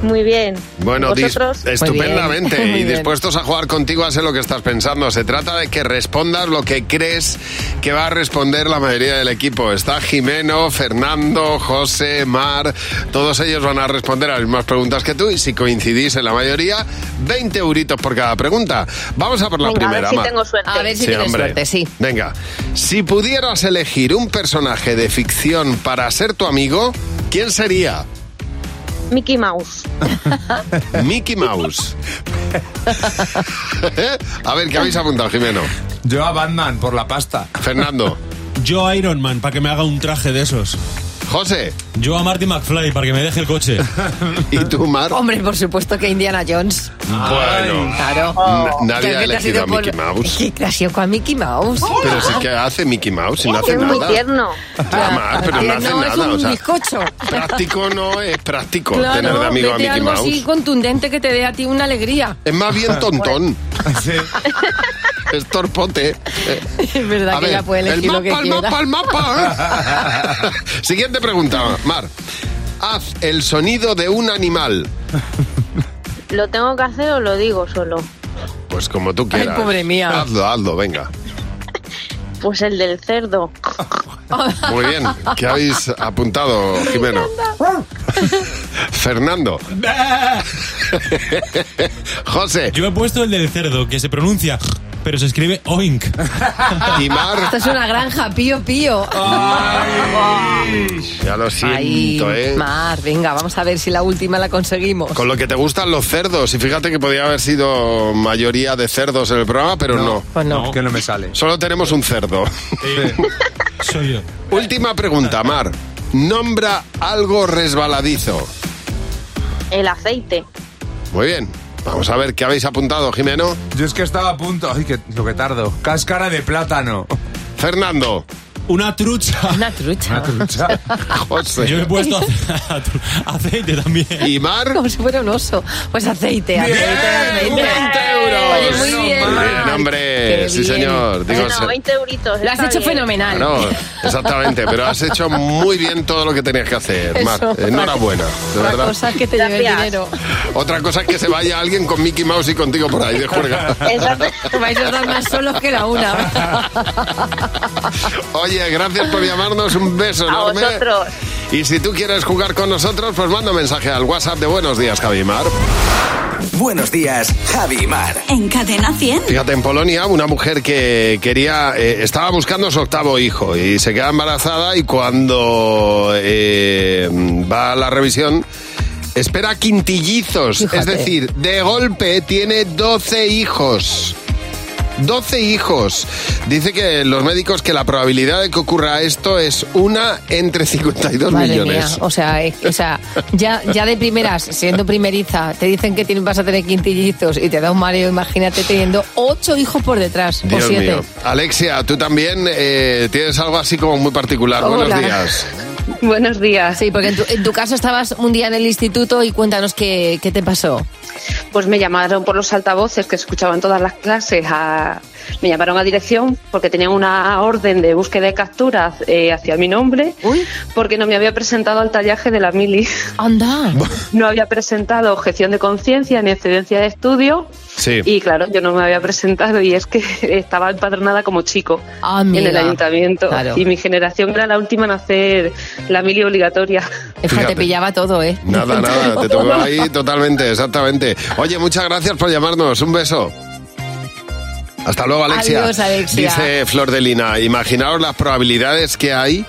[SPEAKER 14] Muy bien.
[SPEAKER 2] Bueno, dis-
[SPEAKER 14] ¿Vosotros?
[SPEAKER 2] estupendamente
[SPEAKER 14] Muy bien.
[SPEAKER 2] y dispuestos a jugar contigo a sé lo que estás pensando. Se trata de que respondas lo que crees que va a responder la mayoría del equipo. Está Jimeno, Fernando, José, Mar. Todos ellos van a responder a las mismas preguntas que tú y si coincidís en la mayoría, 20 euritos por cada pregunta. Vamos a por la
[SPEAKER 14] Venga,
[SPEAKER 2] primera,
[SPEAKER 14] a ver si
[SPEAKER 2] Mar.
[SPEAKER 14] tengo suerte.
[SPEAKER 3] A ver si tienes
[SPEAKER 2] hombre.
[SPEAKER 3] suerte, sí.
[SPEAKER 2] Venga, si pudieras elegir un personaje de ficción para ser tu amigo, ¿quién sería?
[SPEAKER 14] Mickey Mouse.
[SPEAKER 2] Mickey Mouse. A ver, ¿qué habéis apuntado, Jimeno?
[SPEAKER 19] Yo a Batman por la pasta.
[SPEAKER 2] Fernando.
[SPEAKER 20] Yo Iron Man, para que me haga un traje de esos.
[SPEAKER 2] José.
[SPEAKER 20] Yo a Marty McFly, para que me deje el coche.
[SPEAKER 2] ¿Y tú, Mar?
[SPEAKER 3] Hombre, por supuesto que Indiana Jones.
[SPEAKER 2] Bueno.
[SPEAKER 3] Claro.
[SPEAKER 14] Oh.
[SPEAKER 2] N- nadie
[SPEAKER 3] Creo
[SPEAKER 2] ha
[SPEAKER 3] que te has
[SPEAKER 2] elegido
[SPEAKER 3] ido
[SPEAKER 2] a Mickey
[SPEAKER 3] por-
[SPEAKER 2] Mouse.
[SPEAKER 3] Es que te has ido con Mickey Mouse.
[SPEAKER 2] Pero sí que hace Mickey Mouse y no hace
[SPEAKER 14] es muy
[SPEAKER 2] nada.
[SPEAKER 14] tierno.
[SPEAKER 2] Ah, Mar, pero no hace
[SPEAKER 3] no, es
[SPEAKER 2] nada.
[SPEAKER 3] un
[SPEAKER 2] o sea,
[SPEAKER 3] bizcocho.
[SPEAKER 2] práctico no es práctico
[SPEAKER 3] Claro,
[SPEAKER 2] tener de amigo a
[SPEAKER 3] vete
[SPEAKER 2] Mickey
[SPEAKER 3] algo así
[SPEAKER 2] Mouse.
[SPEAKER 3] contundente que te dé a ti una alegría.
[SPEAKER 2] Es más bien tontón. Es torpote.
[SPEAKER 3] Es verdad
[SPEAKER 2] A
[SPEAKER 3] que
[SPEAKER 2] ver,
[SPEAKER 3] ella puede
[SPEAKER 2] el
[SPEAKER 3] elegir pues, lo que
[SPEAKER 2] mapa, el
[SPEAKER 3] quiera.
[SPEAKER 2] mapa, el mapa, Siguiente pregunta, Mar. Haz el sonido de un animal.
[SPEAKER 14] ¿Lo tengo que hacer o lo digo solo?
[SPEAKER 2] Pues como tú quieras.
[SPEAKER 14] pobre mía.
[SPEAKER 2] Hazlo, hazlo, venga.
[SPEAKER 14] Pues el del cerdo.
[SPEAKER 2] Muy bien. ¿Qué habéis apuntado, Jimeno? Fernando. José.
[SPEAKER 20] Yo he puesto el del cerdo, que se pronuncia, pero se escribe oink.
[SPEAKER 2] Y Mar.
[SPEAKER 3] Esto Ah, es una granja, pío, pío.
[SPEAKER 2] Ya lo
[SPEAKER 3] Ay,
[SPEAKER 2] siento, ¿eh?
[SPEAKER 3] Mar, venga, vamos a ver si la última la conseguimos.
[SPEAKER 2] Con lo que te gustan los cerdos. Y fíjate que podía haber sido mayoría de cerdos en el programa, pero no.
[SPEAKER 3] Pues no.
[SPEAKER 2] Que no me sale. Solo tenemos un cerdo.
[SPEAKER 20] Soy yo.
[SPEAKER 2] Última pregunta, Mar. Nombra algo resbaladizo.
[SPEAKER 14] El aceite.
[SPEAKER 2] Muy bien. Vamos a ver qué habéis apuntado, Jimeno.
[SPEAKER 19] Yo es que estaba a punto. Ay, que, lo que tardo. Cáscara de plátano.
[SPEAKER 2] Fernando.
[SPEAKER 20] Una trucha.
[SPEAKER 3] Una trucha.
[SPEAKER 4] Una trucha.
[SPEAKER 2] José.
[SPEAKER 20] Yo me he puesto a- a- a- aceite también.
[SPEAKER 2] ¿Y Mar?
[SPEAKER 3] Como si fuera un oso. Pues aceite, aceite, aceite. Oye, muy bien.
[SPEAKER 2] Muy bien,
[SPEAKER 3] Marc.
[SPEAKER 2] hombre.
[SPEAKER 3] Qué
[SPEAKER 2] Sí,
[SPEAKER 3] bien.
[SPEAKER 2] señor. Digo,
[SPEAKER 14] Bueno,
[SPEAKER 2] se-
[SPEAKER 14] 20 euritos.
[SPEAKER 3] Lo has
[SPEAKER 14] está
[SPEAKER 3] hecho
[SPEAKER 14] bien.
[SPEAKER 3] fenomenal.
[SPEAKER 2] No, exactamente, pero has hecho muy bien todo lo que tenías que hacer, Mar.
[SPEAKER 3] Eso.
[SPEAKER 2] Enhorabuena, de
[SPEAKER 3] Otra
[SPEAKER 2] verdad.
[SPEAKER 3] cosa es que te lleve el
[SPEAKER 14] Gracias.
[SPEAKER 3] dinero.
[SPEAKER 2] Otra cosa es que se vaya alguien con Mickey Mouse y contigo por ahí de juerga.
[SPEAKER 3] Vais a estar más solos que la una.
[SPEAKER 2] Oye, gracias por llamarnos, un beso enorme.
[SPEAKER 14] vosotros.
[SPEAKER 2] Y si tú quieres jugar con nosotros, pues manda un mensaje al WhatsApp de Buenos Días, Javi Mar.
[SPEAKER 5] Buenos días, Javi Mar.
[SPEAKER 1] En Cadena 100.
[SPEAKER 2] Fíjate, en Polonia una mujer que quería, eh, estaba buscando su octavo hijo y se queda embarazada y cuando eh, va a la revisión espera quintillizos, es
[SPEAKER 9] Fíjate.
[SPEAKER 2] decir, de golpe tiene 12 hijos. 12 hijos. Dice que los médicos que la probabilidad de que ocurra esto es una entre 52
[SPEAKER 3] Madre
[SPEAKER 2] millones.
[SPEAKER 3] mía, o sea, eh, o sea ya, ya de primeras, siendo primeriza, te dicen que tienes- vas a tener quintillizos y te da un mareo, imagínate teniendo ocho hijos por detrás, o
[SPEAKER 2] Dios
[SPEAKER 3] siete.
[SPEAKER 2] mío. Alexia, tú también eh, tienes algo así como muy particular. Buenos
[SPEAKER 3] Hola.
[SPEAKER 2] días.
[SPEAKER 3] Buenos días. Sí, porque en tu, en tu caso estabas un día en el instituto y cuéntanos qué, qué te pasó.
[SPEAKER 9] Pues me llamaron por los altavoces que se escuchaban todas las clases. a- me llamaron a dirección porque tenían una orden de búsqueda de capturas eh, hacia mi nombre porque no me había presentado al tallaje de la mili.
[SPEAKER 3] Anda.
[SPEAKER 9] No había presentado objeción de conciencia ni excedencia de estudio.
[SPEAKER 2] Sí.
[SPEAKER 9] Y claro, yo no me había presentado y es que estaba empadronada como chico en el
[SPEAKER 3] Ah, mira.
[SPEAKER 9] ayuntamiento.
[SPEAKER 3] Claro.
[SPEAKER 9] Y mi generación era la última en hacer la mili obligatoria.
[SPEAKER 3] Es que te pillaba todo, ¿eh?
[SPEAKER 2] Nada, nada, te tocó ahí totalmente, exactamente. Oye, muchas gracias por llamarnos, un beso. Hasta luego, Alexia.
[SPEAKER 3] Adiós, Alexia.
[SPEAKER 2] Dice Flor de Lina, imaginaos las probabilidades que hay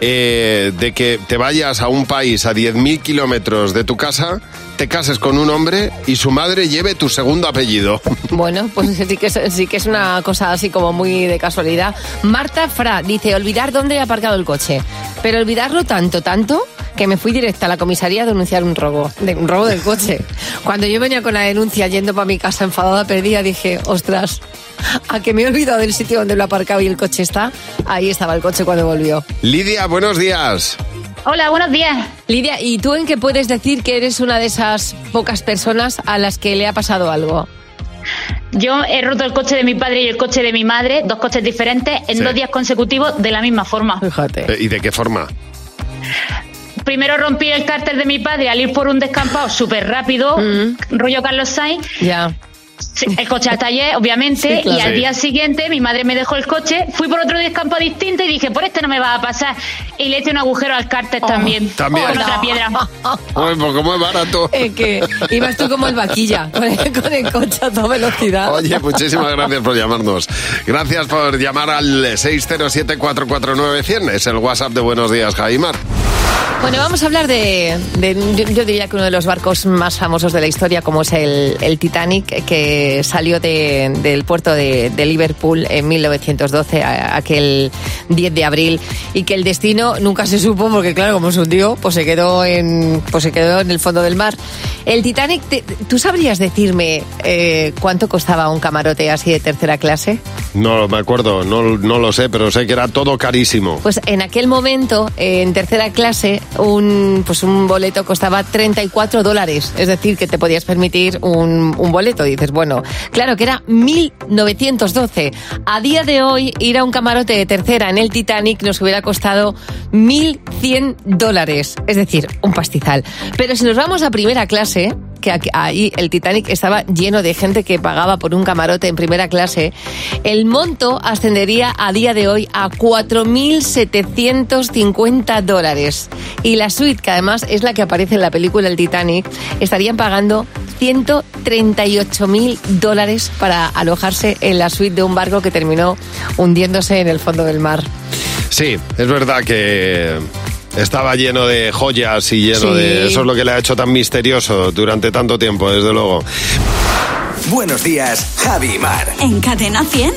[SPEAKER 2] eh, de que te vayas a un país a 10.000 kilómetros de tu casa, te cases con un hombre y su madre lleve tu segundo apellido.
[SPEAKER 3] Bueno, pues sí que, es, sí que es una cosa así como muy de casualidad. Marta Fra dice, olvidar dónde he aparcado el coche. Pero olvidarlo tanto, tanto, que me fui directa a la comisaría a denunciar un robo, de, un robo del coche. Cuando yo venía con la denuncia yendo para mi casa enfadada, perdida, dije, ostras, a que me he olvidado del sitio donde lo he aparcado y el coche está. Ahí estaba el coche cuando volvió.
[SPEAKER 2] Lidia, buenos días.
[SPEAKER 3] Hola, buenos días. Lidia, ¿y tú en qué puedes decir que eres una de esas pocas personas a las que le ha pasado algo?
[SPEAKER 15] Yo he roto el coche de mi padre y el coche de mi madre, dos coches diferentes, en
[SPEAKER 2] Sí.
[SPEAKER 15] dos días consecutivos de la misma forma.
[SPEAKER 3] Fíjate.
[SPEAKER 2] Eh, ¿Y de qué forma?
[SPEAKER 15] Primero rompí el cárter de mi padre al ir por un descampado súper rápido, rollo Carlos Sainz.
[SPEAKER 3] Ya.
[SPEAKER 15] El coche al taller, obviamente,
[SPEAKER 3] Mm. Sí, claro.
[SPEAKER 15] y al
[SPEAKER 3] Sí.
[SPEAKER 15] día siguiente mi madre me dejó el coche, fui por otro descampado distinto y dije, por este no me va a pasar. Y le hice un agujero al cárter
[SPEAKER 3] Oh.
[SPEAKER 15] también,
[SPEAKER 2] También.
[SPEAKER 15] con otra piedra.
[SPEAKER 2] Uy, pues como es barato.
[SPEAKER 3] Es que ibas tú como el vaquilla, con el, con el coche a toda velocidad.
[SPEAKER 2] Oye, muchísimas gracias por llamarnos. Gracias por llamar al 607-449-100. Es el WhatsApp de Buenos Días, Jaimar.
[SPEAKER 3] Bueno, vamos a hablar de, de- yo, yo diría que uno de los barcos más famosos de la historia, como es el, el Titanic, que salió de- del puerto de, de Liverpool en 1912, a- aquel 10 de abril, y que el destino nunca se supo, porque claro, como se hundió, pues se quedó en, pues se quedó en el fondo del mar. El Titanic, te- ¿tú sabrías decirme eh, cuánto costaba un camarote así de tercera clase?
[SPEAKER 2] No me acuerdo, no, no lo sé, pero sé que era todo carísimo.
[SPEAKER 3] Pues en aquel momento, eh, en tercera clase, un, pues un boleto costaba 34 dólares. Es decir, que te podías permitir un, un boleto. Dices, bueno, claro que era 1912. A día de hoy, ir a un camarote de tercera en el Titanic nos hubiera costado 1.100 dólares. Es decir, un pastizal. Pero si nos vamos a primera clase, que aquí- ahí el Titanic estaba lleno de gente que pagaba por un camarote en primera clase, el monto ascendería a día de hoy a 4.750 dólares. Y la suite, que además es la que aparece en la película El Titanic, estarían pagando 138.000 dólares para alojarse en la suite de un barco que terminó hundiéndose en el fondo del mar.
[SPEAKER 2] Sí, es verdad que estaba lleno de joyas y lleno
[SPEAKER 3] Sí.
[SPEAKER 2] de... Eso es lo que le ha hecho tan misterioso durante tanto tiempo, desde luego.
[SPEAKER 5] Buenos días, Javi Mar.
[SPEAKER 1] En Cadena 100.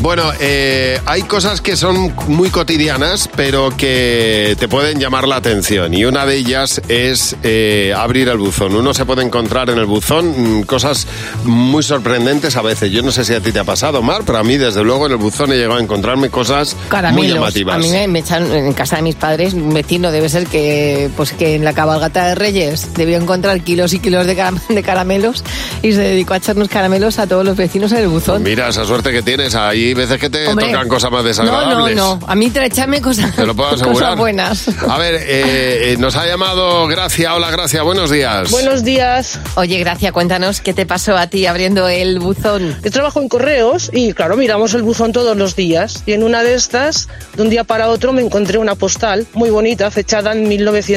[SPEAKER 2] Bueno, eh, hay cosas que son muy cotidianas, pero que te pueden llamar la atención. Y una de ellas es eh, abrir el buzón. Uno se puede encontrar en el buzón mm, cosas muy sorprendentes a veces. Yo no sé si a ti te ha pasado, Mar, pero a mí, desde luego, en el buzón he llegado a encontrarme cosas muy
[SPEAKER 3] Caramelos.
[SPEAKER 2] llamativas.
[SPEAKER 3] A mí me, me echaron en casa de mis padres, un vecino debe ser que pues que en la cabalgata de Reyes debió encontrar kilos y kilos de, caram- de caramelos y se dedicó a echarnos caramelos a todos los vecinos en el buzón.
[SPEAKER 2] Mira, esa suerte que tienes. Hay veces que te
[SPEAKER 3] Hombre,
[SPEAKER 2] tocan cosas más
[SPEAKER 3] No,
[SPEAKER 2] desagradables.
[SPEAKER 3] no, no. A mí tra- echadme cosas,
[SPEAKER 2] Te lo puedo
[SPEAKER 3] cosas
[SPEAKER 2] asegurar.
[SPEAKER 3] buenas.
[SPEAKER 2] A ver, eh, eh, nos ha llamado Gracia. Hola, Gracia, buenos días.
[SPEAKER 3] días. Oye, Gracia, cuéntanos qué te pasó a ti abriendo el buzón.
[SPEAKER 9] Yo trabajo en correos y, claro, miramos el buzón todos los días. Y en una de estas, de un día para otro, me encontré una postal muy bonita, fechada en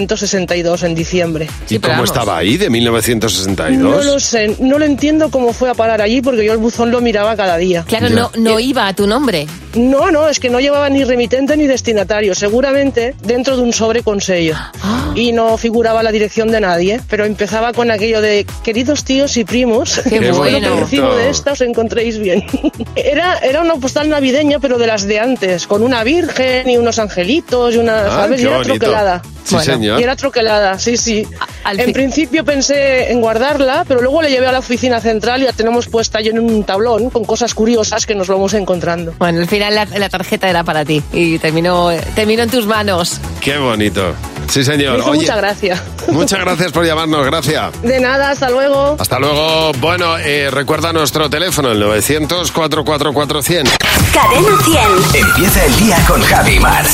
[SPEAKER 9] 1962, en diciembre.
[SPEAKER 2] ¿Y cómo estaba ahí de 1962?
[SPEAKER 9] No lo sé, no lo entiendo cómo fue a parar allí porque yo el buzón lo miraba cada día. Eh,
[SPEAKER 3] Claro, no- no iba a tu nombre.
[SPEAKER 9] No, no, es que no llevaba ni remitente ni destinatario, seguramente dentro de un sobre con sello.
[SPEAKER 3] Ah.
[SPEAKER 9] Y no figuraba la dirección de nadie, pero empezaba con aquello de queridos tíos y primos,
[SPEAKER 7] Qué
[SPEAKER 9] espero que
[SPEAKER 7] bueno.
[SPEAKER 9] el recibo de esta os encontréis bien. era, era una postal navideña, pero de las de antes, con una virgen y unos angelitos y una,
[SPEAKER 2] Ah,
[SPEAKER 9] ¿sabes? Y
[SPEAKER 2] qué
[SPEAKER 9] era
[SPEAKER 2] bonito.
[SPEAKER 9] troquelada.
[SPEAKER 2] Sí, señor.
[SPEAKER 9] Y era troquelada, sí, sí. en principio pensé en guardarla, pero luego la llevé a la oficina central y la tenemos puesta ahí en un tablón con cosas curiosas que nos vamos encontrando.
[SPEAKER 3] Bueno, al final la, la tarjeta era para ti y terminó, terminó en tus manos.
[SPEAKER 2] Qué bonito. Sí,
[SPEAKER 9] Me
[SPEAKER 2] señor.
[SPEAKER 9] hizo
[SPEAKER 2] Oye,
[SPEAKER 9] mucha gracia.
[SPEAKER 2] muchas gracias por llamarnos, Gracia.
[SPEAKER 9] De nada, hasta luego.
[SPEAKER 2] Hasta luego. Bueno, eh, recuerda nuestro teléfono, el 900-444-100.
[SPEAKER 25] Cadena 100.
[SPEAKER 1] Empieza el día con Javi Mar.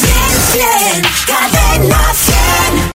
[SPEAKER 25] Cadena